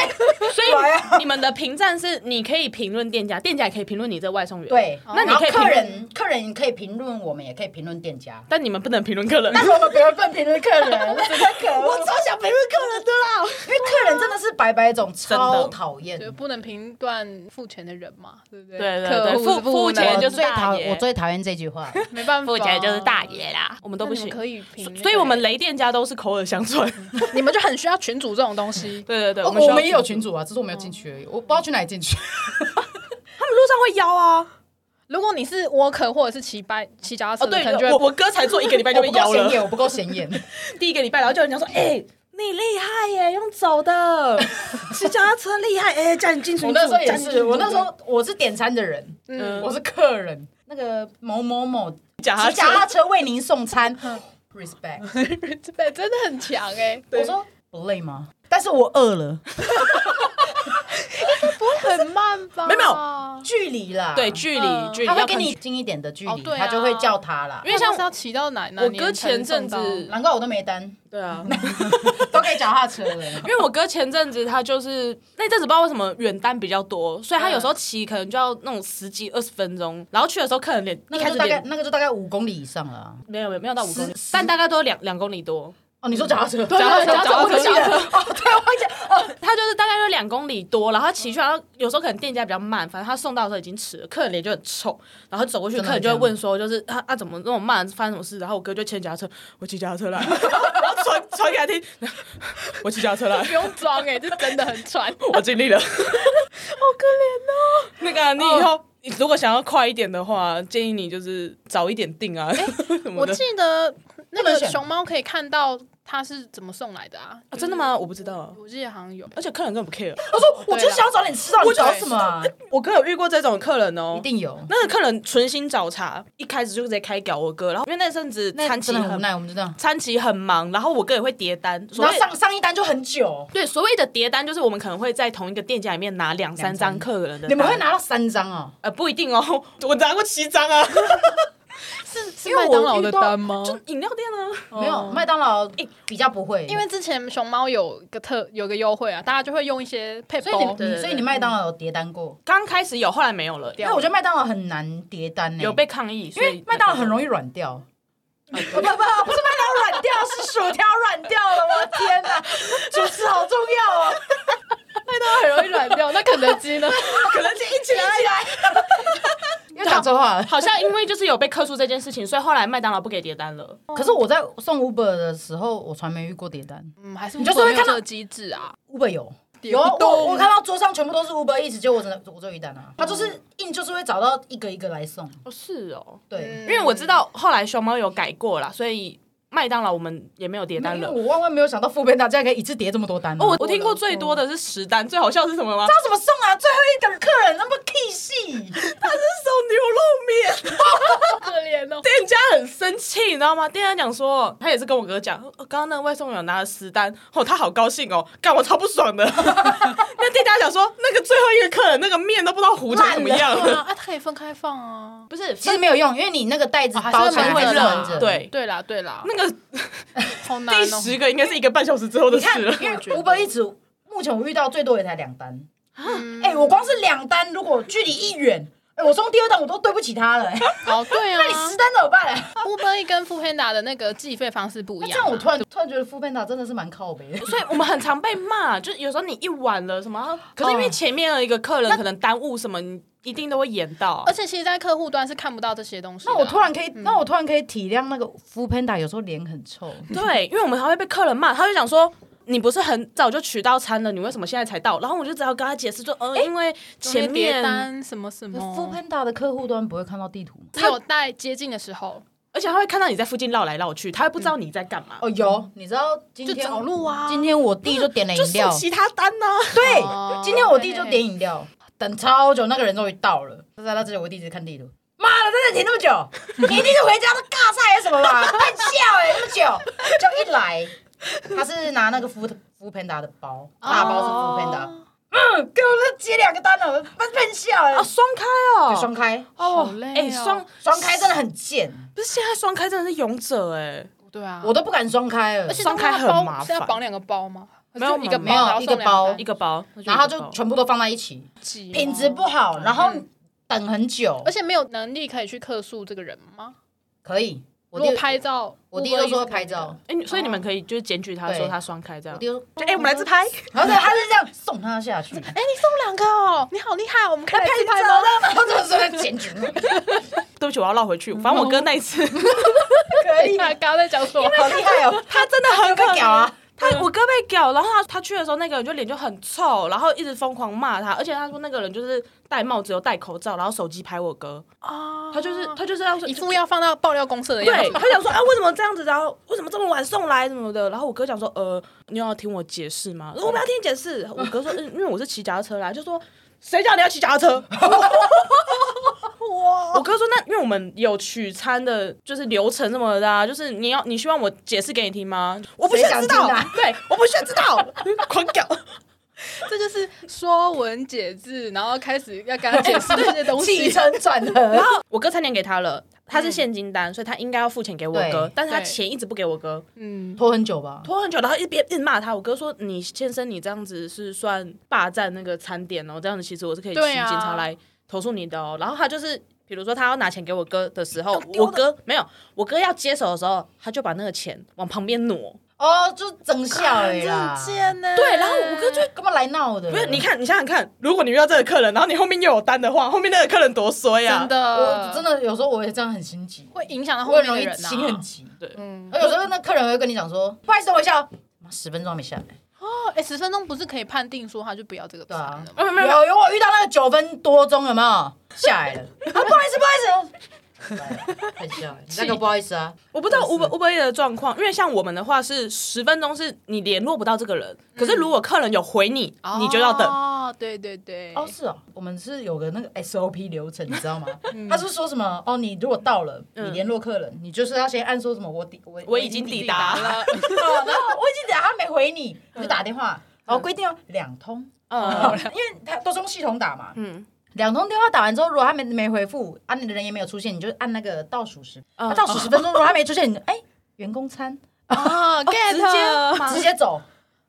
所对以啊你们的评赞是你可以评论店家，店家也可以评论你这外送员。，对，哦那你然后可以评客论人客人可以评论我们，也可以评论店家。 但你们不能评论客 人。但是我们不要笨评论客人，真的可恶我超想评论客人的啦！因为客人真的是百百种，的超讨厌。就不能评断付钱的人嘛，对不对？对对客对户付是不付能钱我就是最大讨爷我最讨厌这句话，没办法，付钱就是大爷啦，我们都那不你们行。可以评那个，所以我们雷店家都是口耳相传。你们就很需要群主这种东西，对对对，我们需要也有群主啊，只是我没哦有进去而已，我不知道去哪里进去。他们路上会邀啊。 如果你是 worker 或者是骑拜骑脚踏车哦，的，对可能就，会我我哥才做一个礼 拜就我被不邀够显了，眼，我不够显眼。 第一个礼拜，然后就有人家说：“哎，你厉害耶，用走 的，骑脚踏车厉害，哎，叫你进群我组。”那时候也叫你进群是，组我那时候我是点餐的人，嗯，我是客人。那个某某某骑脚踏脚踏车，嗯车为您送餐 ，respect。对，真的很强哎，我说不累吗？但是我饿了，不会很慢吧？没有没距离啦，对，距离嗯距离他会要跟看你近一点的距哦离，对啊他就会叫他啦因。为像是要骑到哪哪我年哥才能前阵送到子难怪我都没单，对啊，都可以脚踏车了。因为我哥前阵子他就是那阵子不知道为什么远单比较多，所以他有时候骑可能就要那种十几二十分钟，然后去的时候客人脸一那开个始就大概脸那个就大概五公里以上了啊。没有没有没有到五公里十，但大概都两两公里多，哦，你说脚踏车？脚踏车脚脚踏车我就记脚踏得。哦，对，我忘记了。哦，他就是大概就两公里多，然后他骑去，然后有时候可能店家比较慢，反正他送到的时候已经迟了，客人脸就很臭，然后走过去，真的客很人就会问说，就是啊啊怎么那么慢，发生什么事？然后我哥就牵脚踏车，我骑脚踏车来， 然后传传给他听，我骑脚踏车来不。用装哎、这真的很 喘。 我尽力了，好可怜哦。那个啊、你以后、如果想要快一点的话，建议你就是早一点订啊，什么我的、记得那不能个选熊猫可以看到它是怎么送来的啊？啊真的吗？我不知道啊，我记得好像有，而且客人根本不 care。我说我啊就是想要早点吃到，你找什么啊？我哥有遇过这种客人哦一。定有。那个客人存心找茬，一开始就直接开搞我哥，然后因为那阵子那餐期真的很无很奈，我们就这样。餐期很忙，然后我哥也会叠单，所然后以。上上一单就很久，对，所谓的叠单就是我们可能会在同一个店家里面拿两三张客人的单，你们会拿到三张哦。呃不一定哦， 我拿过七张啊，是因是为我麦当劳的遇到单吗？就饮料店啊，没有，麦当劳比较不会，因为之前熊猫有一个特有一个优惠啊，大家就会用一些配所以你包，对对你对所以 你麦当劳有叠单过？刚开始有，后来没有了，掉因为我觉得麦当劳很难叠单呢，欸有被抗议，啊因所以为麦当劳很容易。易软掉。不不不，不是麦当劳软掉，是薯条软掉了。我的天哪，主持好重要哦！很容易软掉。那肯德基 呢？可能就一起来，一起来。又讲错话了。 好像因为就是有被克诉这件事情，所以后来麦当劳不给叠单了。可是我在送 Uber 的时候，我从来没遇过叠单。嗯，还是你就是会没有看这到个机制啊， Uber 有点有啊，不我动我看到桌上全部都是 Uber，一直就我只能我只有一单啊。他就是硬就是会找到一个一个来送，哦，是哦，对。嗯因为我知道后来熊猫有改过啦，所以麦当劳我们也没有叠单因为了。我万万没有想到副边大家可以一次叠这么多单、啊。哦，我知我听过最多的是十单，最好笑是什么吗？道怎么送啊？最后一个客人那么 K 戏，送牛肉面，好可怜哦。 店家很生气，你知道吗？店家讲说，他也是跟我哥讲，哦刚刚那个外送员拿了十单，哦，他好高兴哦，干我超不爽 的。那店家讲说，那个最后一个客人那个面都不知道糊成什么样对了， 啊，啊，它可以分开放啊。不是其实没有用，因为你那个袋子哦还是包起来会还是热闷啊着。对对啦，对啦，那个好难第哦。十个应该是一个半小时之后的你看，事因了。为我觉得 Uber 一直目前我遇到最多也才两单。嗯哎、我光是两单，如果距离一远，哎、我送第二单我都对不起他了、 哎哦，对啊那你十单怎么办、 ，Uber E 跟 f o o p a n d a 的那个计费方式不一那样啊。这样我突然突然觉得 f o o p a n d a 真的是蛮靠北的。所以我们很常被骂，就是有时候你一晚了什么，可是因为前面的一个客人可能耽误什么，你一定都会延到而。且其实，在客户端是看不到这些东西的啊。那我突然可以，那我突然可以体谅那个 f o o Panda 有时候脸很臭，对，因为我们还会被客人骂，他就讲说。你不是很早就取到餐了，你为什么现在才到？然后我就只好跟他解释说，呃，因为前面叠，单什么什 f o o 么， Panda 的客户端不会看到地图吗？只有在接近的时候而且他会看到你在附近绕来绕去，他会不知道你在干嘛，哦，有，你知道今就天找路啊。今天我弟就点了就饮送料，其他单啊呢、对哦，今天我弟就点饮料，等超久，那个人终于到了，就在他这里，我弟一直看地图。妈的，在这停那么久， 你一定是回家都尬赛还是什么吧？太笑哎、欸，那么久，就一来，他是拿那个福福喷达的包，大包是福喷达，哦嗯，给我再接两个单了，喷喷笑哎、啊，双开哦，就双开，好哦，累哦哎、双双开真的很贱，不是现在双开真的是勇者哎、对啊，我都不敢双开了而。且双开很那包麻烦是要绑两个包吗？没有还是就一个没有包，然后一送个两包单一个包，然后就全部都放在一起，挤吗品质不好，然后嗯等很久，而且没有能力可以去客诉这个人吗？可以。我如弟果拍照，我弟 Uber 就 Eats 说可以拍照，哎、所以你们可以就是检举他对说他双开这样我。弟就说，哎、我们来自拍，然后他是这样送他下去， 哎，你送两个哦，你好厉害哦，我们可以来自拍拍吗照？然后就是在 检举，对不起，我要绕回去。反正我哥那一次，可哎以，他好刚刚在讲什么？厉害哦，他真的很可嗯被屌啊！他我哥被屌，然后他他去的时候，那个人就脸就很臭，然后一直疯狂骂他，而且他说那个人就是戴帽子又戴口罩，然后手机拍我哥，啊他就是他哦就是要说一副要放到爆料公社的样 对，子。他想说啊为什么这样子，然后为什么这么晚送来什么的，然后我哥讲说呃你要听我解释吗？我说我不要听你解释，我哥说嗯因为我是骑脚踏车来，就说谁叫你要骑脚踏车？ 我哥说：“那因为我们有取餐的，就是流程什么的啊，就是你要你希望我解释给你听吗？我不需要知道，谁想听啊 对，我不需要知道，狂屌，这就是说文解字，然后开始要跟他解释这些东 起西。承转合，我哥餐点给他了，他是现金单，所以他应该要付钱给我哥对，但是他对钱一直不给我哥，嗯，拖很久吧？拖很久，然后一边一直骂他。我哥说：‘你先生，你这样子是算霸占那个餐点哦，这样子其实我是可以请对啊警察来投诉你的哦。’然后他就是。”比如说，他要拿钱给我哥的时候，丢我的哥没有，我哥要接手的时候，他就把那个钱往旁边挪。哦，就整笑哎啦，呢对，然后我哥就干嘛来闹的？不是，你，看，你想想看，如果你遇到这个客人，然后你后面又有单的话，后面那个客人多衰啊！真的我真的有时候我也这样很心急，呃会影响到我后很面的容易人心很啊。急，嗯，而有时候那客人会跟你讲说，不好意思，等我一下哦，妈十分钟还没下来，哎，十分钟不是可以判定说他就不要这个对啊餐了吗？没有没有没有，有有我遇到那个九分多钟有没有下来了？ 啊，不好意思，不好意思，来了很笑 哎，你那个不好意思啊，我不知道 Uber Uber Eats 的状况，因为像我们的话是十分钟是你联络不到这个人，可是如果客人有回你，你就要等。哦，对对对，哦，是哦，我们是有个那个 SOP 流程，你知 道吗？他是说什么？哦，你如果到了，你联络客人，你就是要先按说什么？我抵嗯我我已经抵达了，了，哦然后我已经抵达，他没回你，你就打电话。然后规定哦，两通， 哦嗯，因为他都是用系统打嘛。嗯嗯，两通电话打完之后，如果他没没回复，啊，你的人也没有出现，你就按那个倒数十，嗯啊倒数十分钟，如果他没出现，你就哎，员工餐啊直接，get，哦直接走。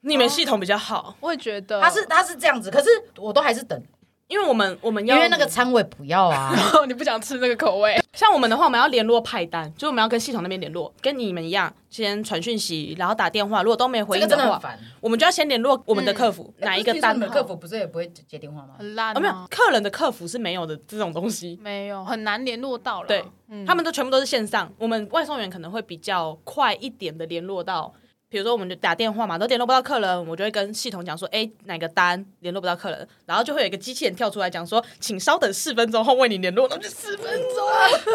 你们系统比较好，我也觉得他是他是这样子，可是我都还是等，因为我们我们因要为那个餐我也不要啊。哦你不想吃那个口味，像我们的话，我们要联络派单，就我们要跟系统那边联络，跟你们一样，先传讯息，然后打电话，如果都没回这应个真的的很话，烦。嗯我们就要先联络我们的客服，哪一个单你们号客服嗯不是也不会接电话吗？ 很烂哦，没有啊，客人的客服是没有的这种东西，没有，很难联络到了。对嗯，他们都全部都是线上。我们外送员可能会比较快一点的联络到，比如说我们就打电话嘛，都联络不到客人，我就会跟系统讲说，哎、哪个单联络不到客人，然后就会有一个机器人跳出来讲说，请稍等四分钟后为你联络，然后就四分钟。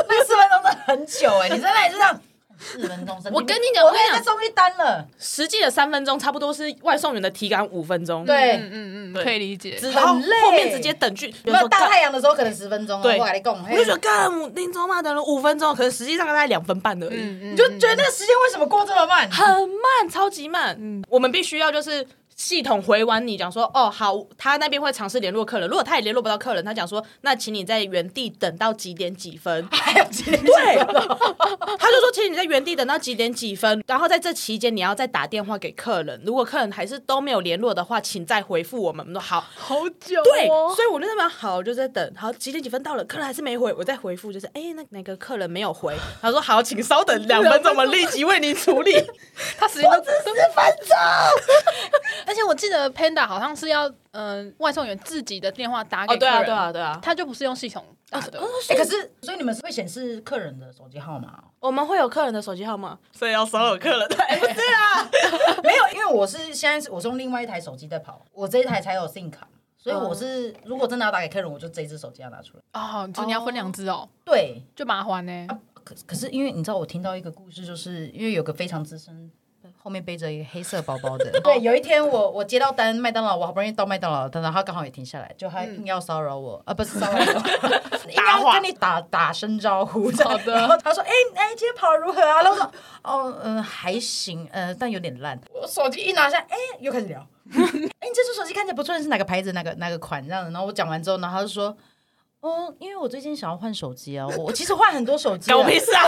那四分钟真的很久 哎、你在那里就这样。四分钟，我跟你讲我我跟你在讲终于单了，实际的三分钟差不多是外送员的体感五分钟，，嗯对，嗯嗯，对可以理解。然后很累后面直接等句，比如没有说大干。太阳的时候可能十分钟哦，对我跟你讲，我嘿就觉得干，我林总嘛等了五分钟，可是实际上大概两分半而已。嗯嗯，你就觉得那个时间为什么过这么慢？嗯很慢，超级慢。我们必须要就是系统回完你讲说，哦，好，他那边会尝试联络客人，如果他也联络不到客人，他讲说，那请你在原地等到几点几分， 还有几点？对，他就说，请你在原地等到几点几分，然后在这期间你要再打电话给客人，如果客人还是都没有联络的话，请再回复我们。我们说哦好，好久、对，哦，所以我就在那边好，就在等，好几点几分到了，客人还是没回，我再回复就是，哎、那哪个客人没有回？他说好，请稍等两分钟，我们立即为您处理。他时间都十分钟， 而且我记得 Panda 好像是要嗯、呃外送员自己的电话打给哦，客对啊，人，对啊，对啊，他就不是用系统打的。哎可是所以你们是会显示客人的手机号码哦？ 我们会有客人的手机号码，所以要骚扰客人。哎不 是没有，因为我是现在是我是用另外一台手机在跑，我这一台才有 SIM 卡，所以哦我是、如果真的要打给客人，我就这一只手机要拿出来。哦，你说你要分两只哦，对，就麻烦呢、可可是因为你知道，我听到一个故事，就是因为有个非常资深。后面背着一个黑色包包的， 对，有一天我我接到单麦当劳，我好不容易到麦当劳，但是他刚好也停下来，就他硬要骚扰我、啊，不是骚扰 我，硬要跟你打打声招呼，好的然后他说，哎、哎、今天跑得如何啊？然后我说，哦，嗯、还行，呃，但有点烂。我手机一拿下，哎、又开始聊， 哎、你这只手机看起来不错，是哪个牌子、哪个哪个款这样子？然后我讲完之后，然后他就说，哦，因为我最近想要换手机啊，我我其实换很多手机、啊， 搞我屁事啊！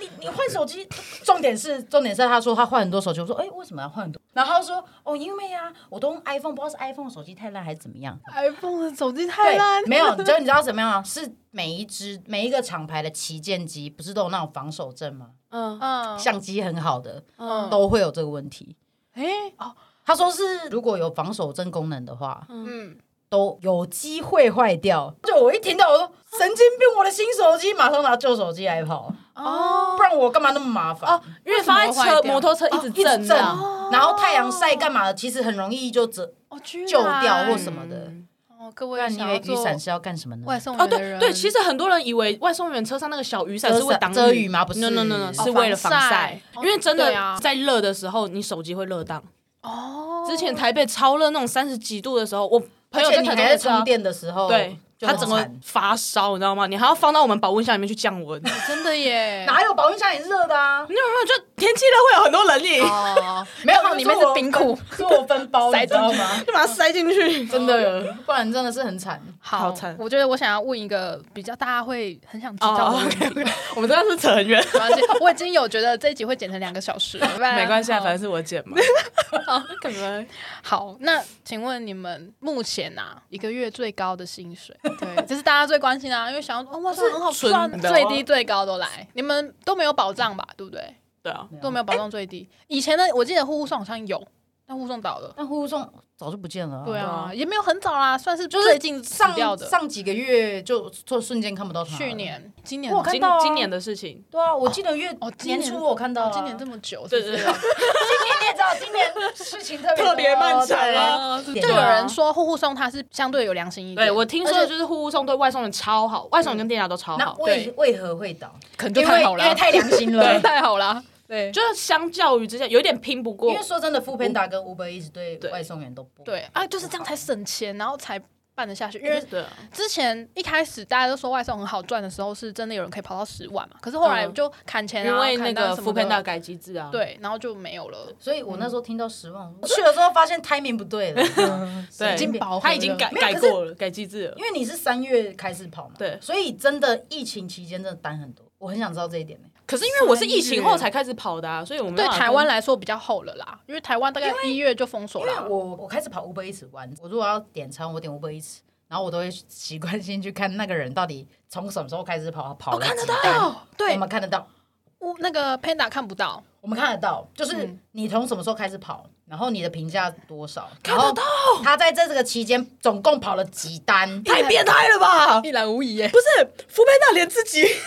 你你换手机，重点是重点是他说他换很多手机，我说哎、为什么要换很多？然后他说哦因为啊我都用 iPhone，不知道是 iPhone 手机太烂还是怎么样。 iPhone 的手机太烂，没有，你知道你知道怎么样啊？是每一只每一个厂牌的旗舰机不是都有那种防守阵吗？嗯嗯，相机很好的嗯都会有这个问题。哎、哦，他说是如果有防守阵功能的话，嗯，都有机会坏掉。就我一听到我说神经病，我的新手机马上拿旧手机来跑，哦不，然我干嘛那么麻烦？哦，因为放在为什么会坏车掉摩托车一直震哦震哦啊，然后太阳晒干嘛的，其实很容易就折哦，居然旧掉或什么的。哦，各不位然你以想为要雨做伞是要干什么呢？外送哦，员的对人对，其实很多人以为外送员车上那个小雨伞是会挡遮雨吗不是 no no no no，哦是为了防防晒晒，因为真的对啊在热的时候，你手机会热到。哦，之前台北超热，那种三十几度的时候，我朋而友且在你台还中在也是充啊，电的时候，对就他很整个惨发烧，你知道吗？你还要放到我们保温箱里面去降温，没有，真的耶，哪有保温箱也是热的啊？没有，就天气热会有很多冷饮，哦，没有，里面是冰 库，所以我分包，你知道 吗？就把它塞进去。真的，不然真的是很惨。好惨，我觉得我想要问一个比较大家会很想知道 的问题。哦 OK，我们真的是扯很远，没关系我已经有觉得这一集会剪成两个小 时了，没关系，啊，好反正是我剪嘛。干嘛？好，那请问你们目前啊，一个月最高的薪 水，对，这是大家最关心的啊，因为想要哦，哇，这很好纯赚，的哦最低最高都来，你们都没有保障吧？对不对？对 啊，都没有保障最低。以前呢，我记得呼呼送好像有，但呼呼送倒了。但呼呼送早就不见了啊，对啊啊，也没有很早啦，算是就是最近死掉上的。上几个月就就瞬间看不到他了。去年、今年我吗、看今到啊今年的事情，对啊，我记得月哦今年年初我看到了啊，今年这么久，对是不对是对，今年你也知道，今年事情 特别多特别漫长啊对就有人说户户送它是相对有良心一点，对嗯我听说的就是呼呼送对外送员超好，外送员跟店家都超那好，为为何会倒？可能就因太为好因了，为太良心 了对。太好了，对就是相较于之下有点拼不过因为。说真的，富平达跟 Uber 一直对外送员都不对啊，就是这样才省钱，然后才办得下去。因为对啊，之前一开始大家都说外送很好赚的时候，是真的有人可以跑到十万嘛，可是后来嗯就砍钱啊，因为那砍单个什扶么贫的大改机制啊，，对，然后就没有了。所以我那时候听到十万，我去了之后发现 timing 不对 了，对，已经饱和他已经改了改过了，改机制了因。为你是三月开始跑嘛，对所以真的疫情期间真的单很多，我很想知道这一点呢、可是因为我是疫情后才开始跑的啊，所以我们对台湾来说比较厚了啦，因为台湾大概一月就封锁因为了。啊我我开始跑 Uber 一直玩，我如果要点餐，我点 Uber 一直，然后我都会习惯性去看那个人到底从什么时候开始跑，跑了几单，哦，对我，们看得到，我那个 Panda 看不到，我们看得到，就是嗯你从什么时候开始跑，然后你的评价多少，看得到。他在这这个期间总共跑了几单，太变态了 吧？一览无遗耶，不是扶贫大连自己，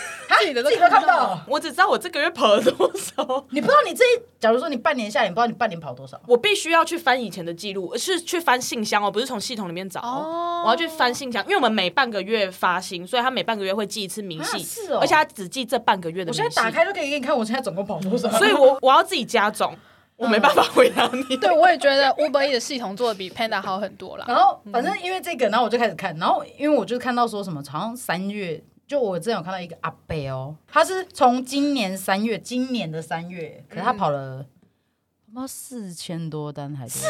自己的啊自都己都看看不不到到。我只知道我这个月跑了多少。你不知道你这一，假如说你半年下来，你不知道你半年跑多少。我必须要去翻以前的记录，是去翻信箱哦，不是从系统里面找哦哦。我要去翻信箱，因为我们每半个月发薪，所以他每半个月会寄一次明细啊，是哦而且他只寄这半个月的明我细。现在打开就可以给你看，我现在总共跑多少。 所以我我要自己加总，我没办法回答你。嗯对，我也觉得 Uber E 的系统做的比 Panda 好很多啦。然后反正因为这个，然后我就开始看，然后因为我就看到说什么，好像三月，就我之前有看到一个阿贝哦，他是从今年三月，今年的三月，可是他跑了，妈四千多单还四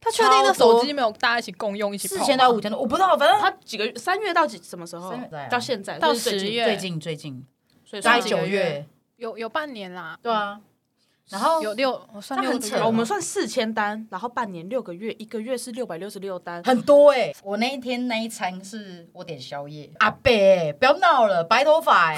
他确定那超多手机没有大家一起共用一起啊四泡千吗到五千多，我不知道，反正他几个月三月到几什么时候三月？到现在到就是最近10月最近最近所以大概算几几个九月月，有有半年啦，对啊，然后有六，我算这六很个扯月好，我吗们算四千单，然后半年六个月，一个月是六百六十六 单，很多哎、我那一天那一餐是我点宵夜，阿贝、不要闹了，白头发哎、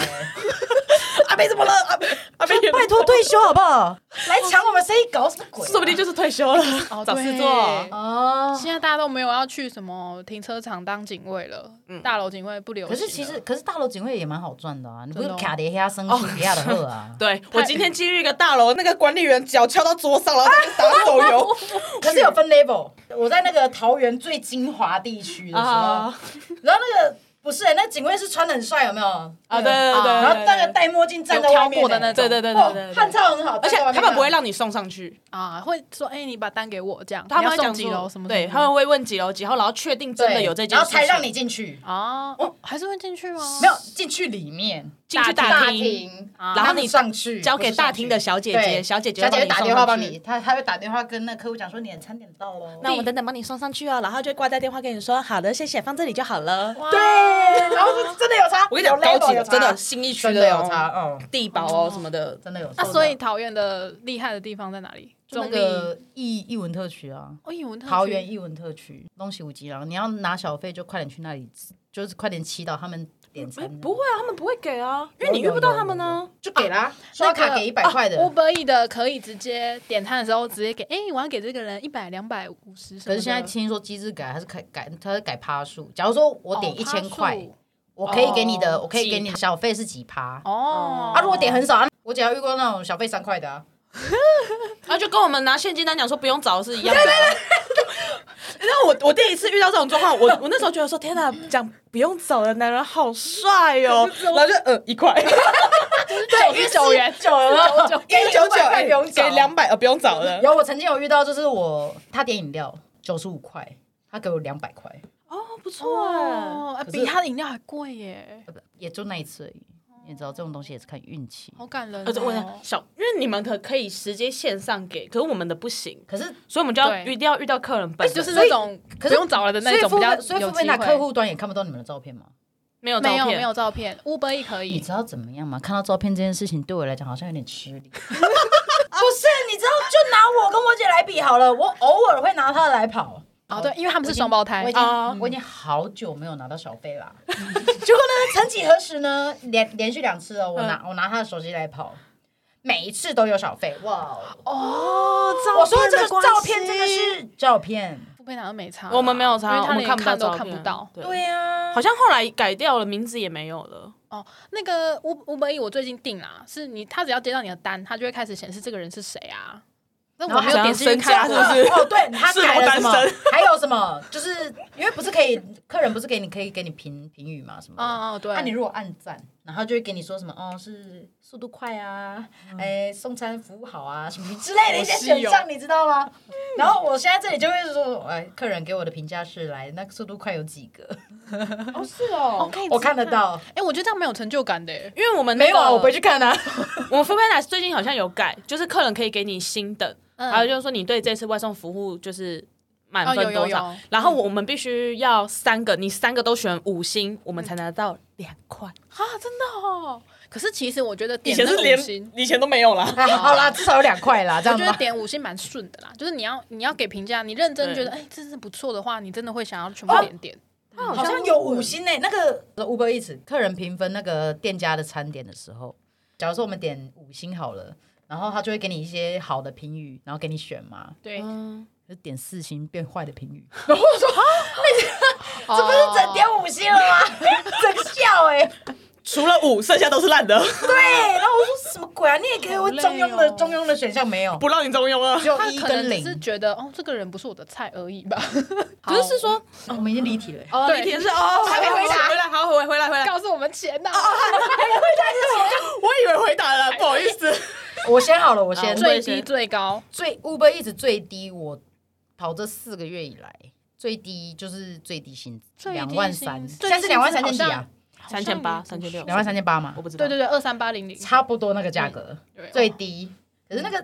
阿贝怎么了？阿贝啊，没有拜托退休好不好？来抢我们生意，搞什么鬼、啊说不定就是退休了哦，找对事做。哦，现在大家都没有要去什么停车场当警卫了，大楼警卫不流行可了。是其实，可是大楼警卫也蛮好赚的啊，你不真是的哦卡一下生气底下的喝啊？对我今天进入一个大楼，那个管理员脚敲到桌上，然后在那边打手 游。 可是有分 level，我在那个桃园最精华地区的时候啊，然后那个不是、欸、那警卫是穿的很帅，有没有？啊，对对对，然后那个戴墨镜站在外面、有挑过的那种对对对对哦对，汉超很好，而且站在外面他们不会让你送上去，啊，会说哎、你把单给我这样，他们你要会送讲几楼什么对，他们会问几楼几号，然后确定对真的有这件然事后情，才让你进去。啊，哦，还是会进去吗？没有进去里面进去大大厅，厅，啊然然后后你你上去交给不是上大厅的小姐去姐对小姐姐小会姐姐帮打你电话送帮上去你，她她会打电话跟那客户讲说你的餐点到喽。那我等等帮你送上去哦，然后就挂在电话跟你说，好的，谢谢，放这里就好了。哇，对，然后是真的有差，我跟你讲，有 level，高级的有差真的新一区真的有哦差，嗯，地堡哦什么的，真的有差。那所以桃园的厉害的地方在哪里？就那中立，个艺艺文特区啊，哦，英文特区桃园艺文特区，东西无极廊，你要拿小费就快点去那里，就是快点祈祷他们点没餐。不会啊，他们不会给啊，因为有你遇有不到有他们有呢。啊就给啦，刷那卡个给一百块啊的。 ，Uber E 的可以直接点餐的时候直接给，哎、我要给这个人一百、两百、五十什么的。可是现在听说机制改，它是改改，它是改趴数。假如说我哦点一千趴块，数我可以给你的，哦我可以给你小费是几趴？哦，啊，如果点很少，啊我姐还遇过那种小费三块 的啊。啊，就跟我们拿现金单讲说不用找是一样的啊。 你知道我我第一次遇到这种状况，我我那时候觉得说天哪，讲不用找的男人好帅哦，然后就呃一 块九十九元，九了，九给一九九块不用找给两百呃不用找了。有，我曾经有遇到，就是我他点饮料九十五块，他给我两百块，哦，不错哎，哦，哎可是比他的饮料还贵耶，呃不也就那一次而已。你也知道这种东西也是看运气。好感人、而且我想哦。小，因为你们可可以直接线上给，可是我们的不行，可是所以我们就要对一定要遇到客人本人，就是那种可不是用找了的所以那种付比较费，所以有付机费会那。客户端也看不到你们的照片吗？没有照没有片，没有照片，Uber E 可你以知。道怎么样吗？看到照片这件事情对我来讲好像有点吃力。不是，你知道，就拿我跟我姐来比好了，我偶尔会拿她的来跑。哦，对，因为他们是双胞胎我已。经、啊我已经好久没有拿到小费啦。 结果呢，曾几何时呢，连连续两次哦，我拿、我拿她的手机来跑，每一次都有小费。哇哦！哦，我说这个照片真的是照片。付费好像没差啦，我们没有因查，为他我们连看不到都照看不片到。对，呀、好像后来改掉了，名字也没有了。哦，那个 U- Uber E 我最近订啦，是你他只要接到你的单，他就会开始显示这个人是谁啊。那我然后没有还点进去看怎过样，身价是不是哦，对，他是否改了什么单身？还有什么？就是因为不是可以，客人不是给你可以给你评评语嘛什么的。哦哦对那、嗯啊你如果按赞，然后就会给你说什么哦，是速度快啊，哎、送餐服务好 啊，什么之类的一些选项，你知道吗？然后我现在这里就会说，哎，客人给我的评价是来，那个速度快有几个？哦，是 哦哦可以我看得到，哎，我觉得这样没有成就感的耶。因为我们那没有啊，个我回去看啊。我们 f o o p a n d 最近好像有改，就是客人可以给你星等，嗯还有就是说你对这次外送服务就是满哦有分有多少，有然后我们必须要三个，你三个都选五星，我嗯们才拿到两块。啊，真的哦。可是其实我觉得点以前那是个五连星，以前都没有啦。 好啦，至少有两块啦，这我样觉子得吧。点五星蛮顺的啦。就是你要你要给评价，你认真对觉得哎这是不错的话，你真的会想要全部哦点点。好像有五星诶、那个 Uber Eats 客人评分那个店家的餐点的时候，假如说我们点五星好了，然后他就会给你一些好的评语，然后给你选嘛。对，嗯，就点四星变坏的 评语，这啊哦这不是整点五星了吗？ 真笑哎、除了五，剩下都是烂的，对，然后我说什么鬼啊？你也给我好累中庸的、哦中庸的选项没有，不让你中用啊只。有他一可能跟只是零。觉得哦，这个人不是我的菜而已吧。可是是说，我们已经离题了、欸。哦，对你填是哦，还没回答回来，好，回回来回来，告诉我们钱呐、我以为回答了，不好意思。我先好了，我先好最低最高最 Uber 一直最低，我跑这四个月以来最低就是最低薪资最低薪两万三，最低薪资现在是两万三千几好啊像，三千八，三千六，两万三千八嘛我，不知道。对对对，二三八零零，差不多那个价格，对最低。可是那个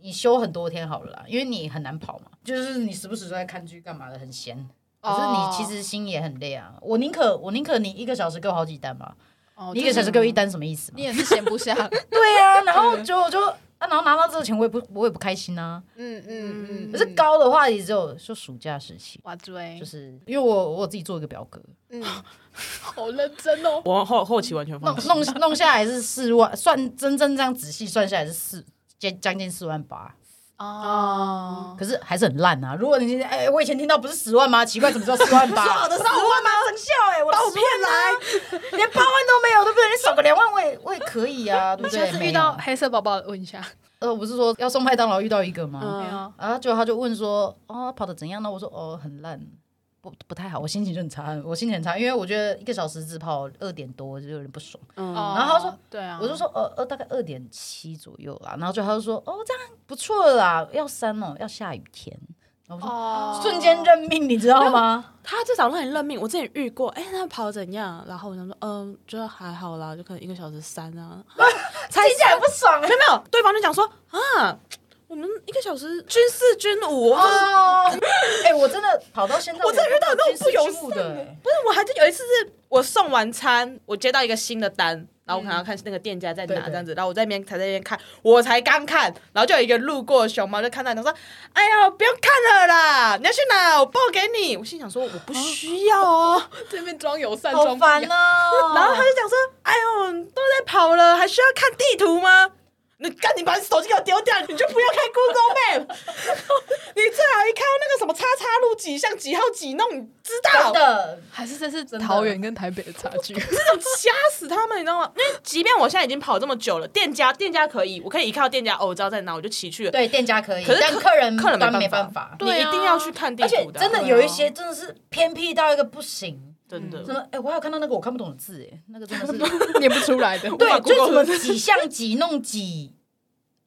你休很多天好了啦，因为你很难跑嘛。就是你时不时都在看剧干嘛的，很闲。可是哦你其实心也很累啊。我宁可我宁可你一个小时给我好几单嘛，哦你一就个小是时给我一单什么意思嘛你？也是闲不下，对啊，然 后就我就啊，然后拿到这个钱我也不我也不开心啊。嗯嗯嗯，可是高的话也只有就暑假时期，哇追就，是因为我我有自己做一个表格，嗯，好认真哦，我后后期完全弄放弃。弄弄下来是四万，算真正这样仔细算下来是四。将将近四万八，哦，可是还是很烂啊！如果你现在哎、我以前听到不是十万吗？奇怪，怎么知道四万八？说好的是五万吗？成效哎、我把我骗啊 来，连八万都没有，对不对？你少个两万我也我也可以啊，对不对？下次遇没有到黑色宝宝问一下，呃，我是说要送麦当劳遇到一个吗？没嗯，有，然后就他就问说，哦，跑的怎样呢？我说，哦，很烂，不不太好，我心情就很差，我心情很差，因为我觉得一个小时只跑二点多，就有点不爽。哦然后他说，对啊，我就说，呃呃，大概二点七左右啦。然后就他就说，哦，这样不错啦，要三哦，要下雨天。然后我说哦，瞬间认命，你知道吗？他至少让你认命。我之前遇过，哎、那跑得怎样？然后我想说，嗯，就还好啦，就可能一个小时三啊，才听起来不爽欸没有没有，对方就讲说啊，我们一个小时军四军五，我说哦，哎，我真的跑到现在，我真的遇到那种不欸友我真的是觉悟的。不是，我还记得有一次是我送完餐，我接到一个新的单，然后我可能要看那个店家在对哪对这样子，然后我在那边才在那边看，我才刚看，然后就有一个路过的熊猫就看到，他说：“哎呀，不用看了啦，你要去哪？我报给你。”我心想说：“我不需要哦。这边装友善，好装不烦一样哦！然后他就讲说：“哎呦，你都在跑了，还需要看地图吗？”你赶紧把你手机给我丢掉，你就不要看 Google Map。你最好一看到那个什么叉叉路几巷几号几弄，你知道真的，还是这是桃园跟台北的差距，这种吓死他们，你知道吗？因为 即便我现在已经跑这么久了，店家店家可以，我可以依靠店家，哦，我知道在哪，我就骑去了。对店家可以，可是但客客人客人端没没办办法啊法，。你一定要去看地而且图的啊，真的对有一些真的是偏僻到一个不行，嗯真的什么哎、我还有看到那个我看不懂的字欸哎、那个真的是 念不出来的，无法对，就什 Google 么几项几弄几，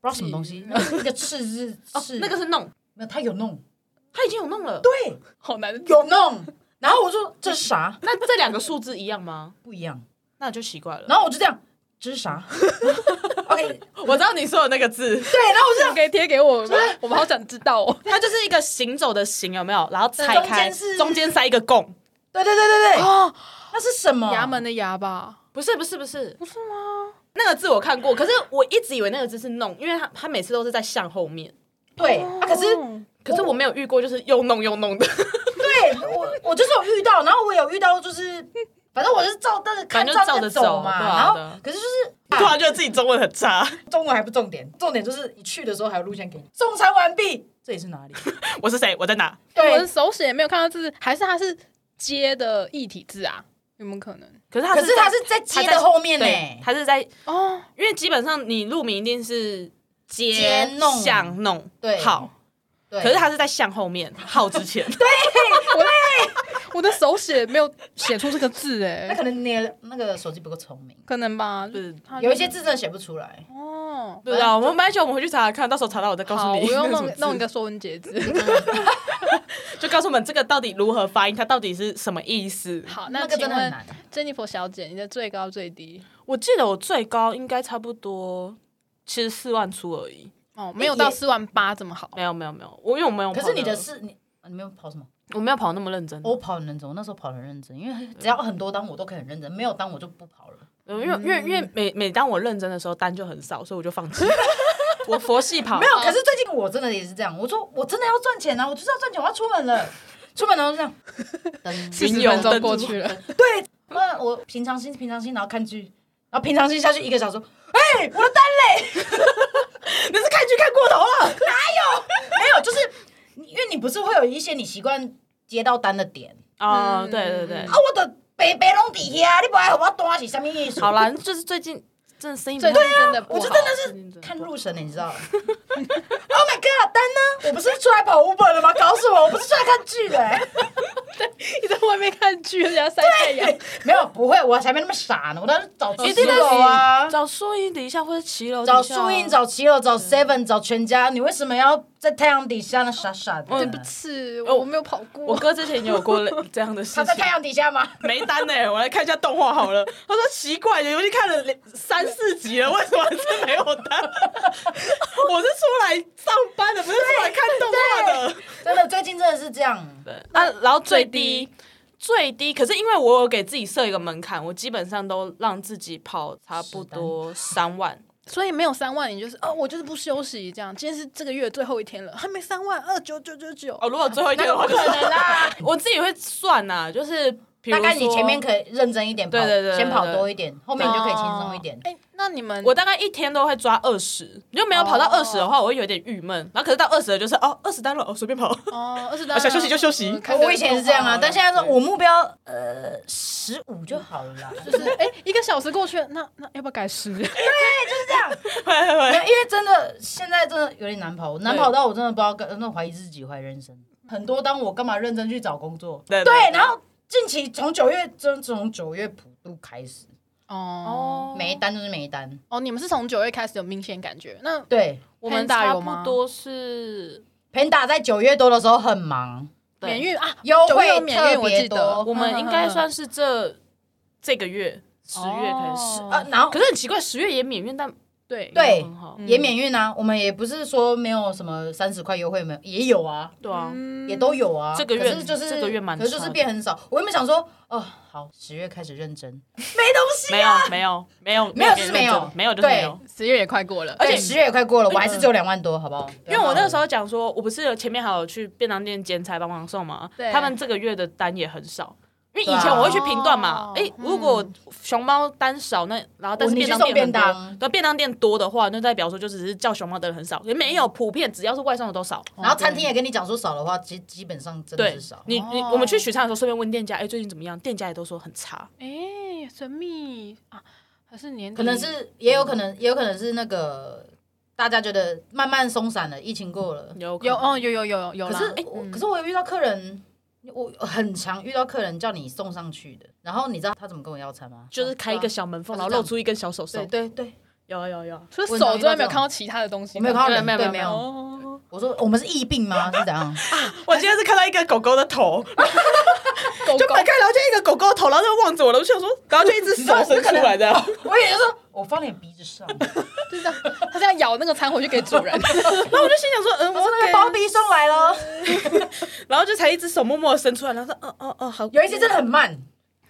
不知道什么东西，那个那个赤字赤，哦那个是弄，没有他有弄，他已经有弄了。对，好难的，有弄。然后我说这是啥那这两个数字一样吗？不一样，那就奇怪了。然后我就这样，这是啥？OK， 我知道你说的那个字，对，然后我就这样可以贴给我吗？我们好想知道哦。它就是一个行走的行，有没有？然后拆中间开，是中间塞一个拱。对对对对对，哦，那是什么？衙门的衙吧？不是不是不是，不是吗？那个字我看过，可是我一直以为那个字是弄，因为他他每次都是在巷后面，对，啊可是哦可是我没有遇过就是又弄又弄的。对我我我就是有遇到，然后我有遇到就是。反正我是照着看反正就照照着走走嘛，对啊然后对啊可是就是 突然觉得自己中文很差，中文还不重点，重点就是你去的时候还有路线给你。送餐完毕，这里是哪里？我是谁？我在哪？我对的，手写没有看到字，还是它是接的异体字啊？有没有可能？可是他可是在他是在街他在的后面呢、对，他是在，因哦，为基本上你路名一定是街街弄巷弄，对好，对，可是他是在巷后面，号之 前，对，我的手写没有写出这个字那哎，可能你的那个手机不够聪明，可能吧？是它有一些字真的写不出来。哦，对啊，我们买酒，我们回去查查看，到时候查到我再告好，我诉你，要 弄弄一个说文解 字。就告诉我们这个到底如何发音，它到底是什么意思。好，那个请真的很问难。珍妮佛小姐，你的最高最低？我记得我最高应该差不多。其实四万出而已，哦，没有到四万八这么好。没有没有没有，我因为我没有跑可得。是你的哦是你啊你没有跑什么？我没有跑那么认真，我跑很认真，我那时候跑得很认真，因为只要很多单我都可以很认真，没有单我就不跑了。因为因为因嗯为每每当我认真的时候单就很少，所以我就放 弃。我佛系跑，没有，可是最近我真的也是这样，我说我真的要赚钱啊，我就是要赚钱，我要出门了，出门然后就这样，四云十游分钟登过珠去了，对，那我平常心平常心，然后看剧，然后平常心下去一个小时，哎、我的单嘞， 你是看剧看过头了。没有，就是你因为你不是会有一些你习惯接到单的点啊、嗯对对对啊，，我的白白拢底下，你不爱我单是什么意思？好，啦，就是最近真的生意不最好近真的不我好就真的最近是真的看入神了，你知 道？Oh my god，单呢？我不是出来跑 Uber 的吗？搞什么？我不是出来看剧的、欸。你在外面看去人家晒太阳，没有，不会，我才没那么傻呢。我当时找一七定楼啊，找树荫底下或者骑楼底下啊找树荫，找七楼，找 Seven，找全家。你为什么要在太阳底下呢？傻傻的。对不起，哦我没有跑我过。哥之前也有过 类这样的事他在情太。阳底下吗？没单呢、我来看一下动画好了。 他说奇怪，你们已经看了两三四集了，为什么还是没有单？ 我是出来上班的，不是出来看动画的。 真的，最近真的是这样。对，那然后最低最低，可是因为我有给自己设一个门槛，我基本上都让自己跑差不多三万。所以没有三万，你就是哦，我就是不休息，这样。今天是这个月最后一天了，还没三万二九九九九。哦，如果最后一天的话，就不可是能啦！ 我自己会算呐、就是比如说大概你前面可以认真一点跑，对对对对先跑多一点，后面你就可以轻松一点。哎、那你们我大概一天都会抓二十，如果没有跑到哦二十的话，我会有点郁闷。然后可是到二十了，就是哦，二十单了，哦，随便跑。哦，二十单、啊想休息就休息嗯看个我以前也是这样动画好啊了，但现在说我目标呃十五就好了啦，就是哎、一个小时过去了，那那要不要改时？ 因为因为真的现在真的有点难跑，难跑到我真的不知道，跟真的怀疑自己，怀疑人生。很多当我干嘛认真去找工作？对对，然后近期从九月真从九月普渡开始，哦每一单就是每一单，哦，你们是从九月开始有明显感觉，那对。我们 Panda 差有不吗多是 Panda 在九月多的时候很忙，对免运啊，优九月有惠免运特我记别得，多我们应该算是这这个月十月开始。哦啊，然后可是很奇怪，十月也免运，但对对很好。嗯也免运啊，我们也不是说没有什么三十块优惠，没有也有啊，对啊，嗯也都有啊。这个月可是就是这个月蛮可是就差是的变很少。我原本想说，哦，好，十月开始认真，没有没有没有没有就是给没有认证没有就是没对有。十月也快过了，而且对十月也快过了，我还是只有两万多，好不好？嗯因为我那个时候讲说，我不是有前面还有去便当店兼差帮忙送嘛对，他们这个月的单也很少。因为对以啊前我会去评断哦，嘛诶，如果熊猫单少，那然后但是哦你便去当送店很便多当，对便当店多的话，那代表说就只是叫熊猫的人很少，也没有普遍，只要是外送的都少。然后餐厅也跟你讲说少的话，其实基本上哦真的对是少，。你你哦我们去取餐的时候，顺便问店家，哎，最近怎么样？店家也都说很差。哎、神秘啊，还是年底可能是也有可能，也有可能是那个大家觉得慢慢松散了，疫情过了。有可有能哦，有有有有有可啦，是嗯我可是我有遇到客人，我很常遇到客人叫你送上去的，然后你知道他怎么跟我要餐吗？就是开一个小门缝，然后露出一根小手手对。对对，有啊有啊有啊，除了手之外没有看到其他的东西我吗，没有看到没有人，没有对没没有有。我说哦我们是疫病吗？是怎样？我今天是看到一个狗狗的头，狗就狗摆开，然后就一个狗狗的头，然后就望着我了，我就想说，然后就一只 手伸出来的，我也就是 我放脸鼻子上，我就是这 样，它这样咬那个餐回去给主人，然后我就心想说，嗯，我说那个包皮送 来了，然后就才一只手默默的伸出来，然后说，嗯哦哦哦，好，有一些真的很慢，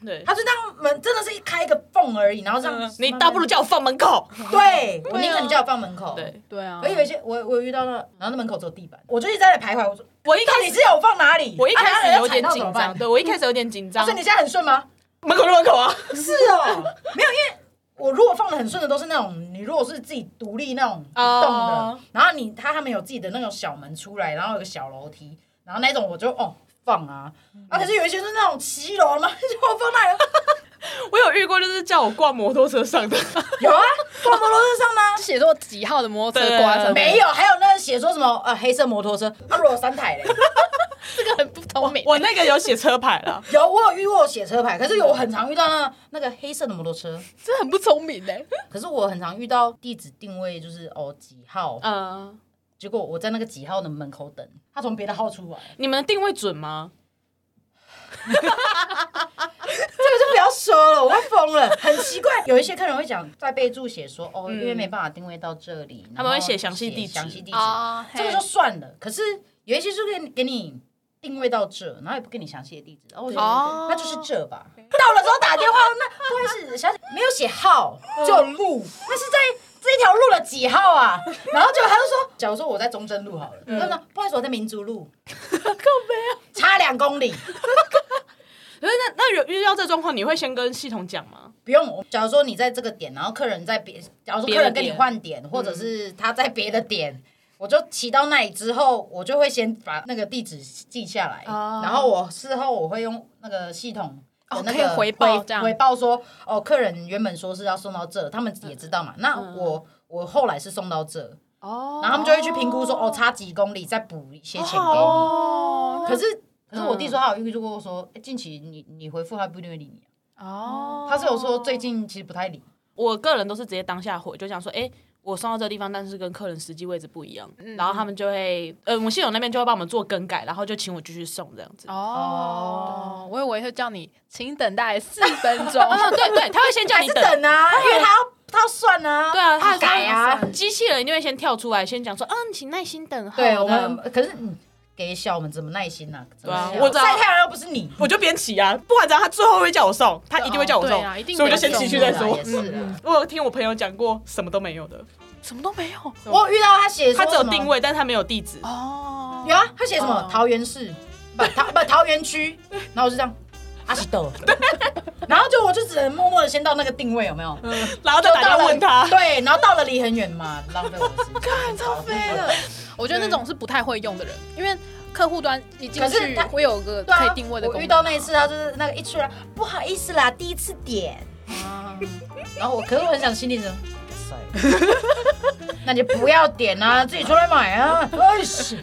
对，他就这样门真的是开一个缝而已，然后这样，你倒不如叫我放门口，对我宁可你叫我放门口，。啊对。 对啊而，有一些我我有遇到那，然后那门口只有地板，我就一直在那徘徊。我说 我一到开 底始，是要我放哪里？我一开始有点紧张，嗯啊那人家踩到怎么办啊对我一开始有点紧张所以，你现在很顺吗？门口就门口啊，是哦，没有，因为我如果放的很顺的都是那种，你如果是自己独立那种不动的，哦然后你他他们有自己的那种小门出来，然后有个小楼梯，然后那种我就哦放啊，啊可是有一些是那种骑楼嘛， 就我放那里 我有遇过，就是叫我挂摩托车 上的，有啊，放摩托车上吗？写说几号的摩托车对刮上，没有，还有那写说什么呃黑色摩托车，啊如果有三台 嘞，这个很不聪明。我那个有写车牌了，有我有遇过写车牌，可是有我很常遇到那那个黑色的摩托车，这很不聪明欸嘞、可是我很常遇到地址定位就是哦几号，嗯，结果我在那个几号的门口等，他从别的号出来。你们的定位准吗？这个就不要说了，我会疯了，很奇怪。有一些客人会讲在备注写说，哦，因为没办法定位到这里，嗯他们会然后写详细地址哦详细地址，啊，这个就算了。可是有一些就给给你定位到这，然后也不给你详细的地址，哦，哦那就是这吧。到了之后打电话，那不好意思，小姐没有写号，只有路，那是在。这一条路的几号啊？然后就他就说，假如说我在中正路好了，他说不好意思，我在民族路，够没有，差两公里。可是那那有遇到这状况，你会先跟系统讲吗？不用，假如说你在这个点，然后客人在别，假如说客人跟你换点，或者是他在别的点，我就骑到那里之后，我就会先把那个地址记下来，哦然后我事后我会用那个系统。哦那可以个回报这样回报说哦，客人原本说是要送到这，他们也知道嘛。那嗯我我后来是送到这，哦然后他们就会去评估说哦，差几公里再补一些钱给你。哦，可是可是我弟说他有预祝过说，哎诶近期你你回复他不一定会理你啊、哦他是有说最近其实不太理，我个人都是直接当下回，就讲说，哎、我送到这个地方，但是跟客人实际位置不一样，然后他们就会，呃，我们系统那边就会帮我们做更改，然后就请我继续送这样子。哦，我以为会叫你，请等待四分 钟。哦，对对，他会先叫还你是等，等啊，因为他要他要算啊，对啊，他他改啊，机器人一定会先跳出来，先讲说，嗯、请耐心等候。对我们可是你给小我们怎么耐心啊？怎对么啊笑我知道晒太阳又不是你，我就边骑啊，不管怎样，他最后会叫我送，他一定会叫我对送，啊啊一定所以我得就先送骑去再说啊嗯也。是啦。我有听我朋友讲过，什么都没有的，什么都没有我有遇到他写说他只有什么定，位，但他没有地址。哦有啊，他写什么哦桃园市，不桃不桃园区，然后我就这样。阿西豆，然后就我就只能默默的先到那个定位有没有？然后就再嗯打电话问他，对，然后到了离很远嘛，浪费我的时间。超飞的。我觉得那种是不太会用的人，因为客户端一进可是去他会有个对啊可以定位的功我能。遇到那一次，他就是那个一出来，不好意思啦，第一次点。啊然后我，可是我很想心里 想， 帅，那你不要点啊，自己出来买啊。哎是，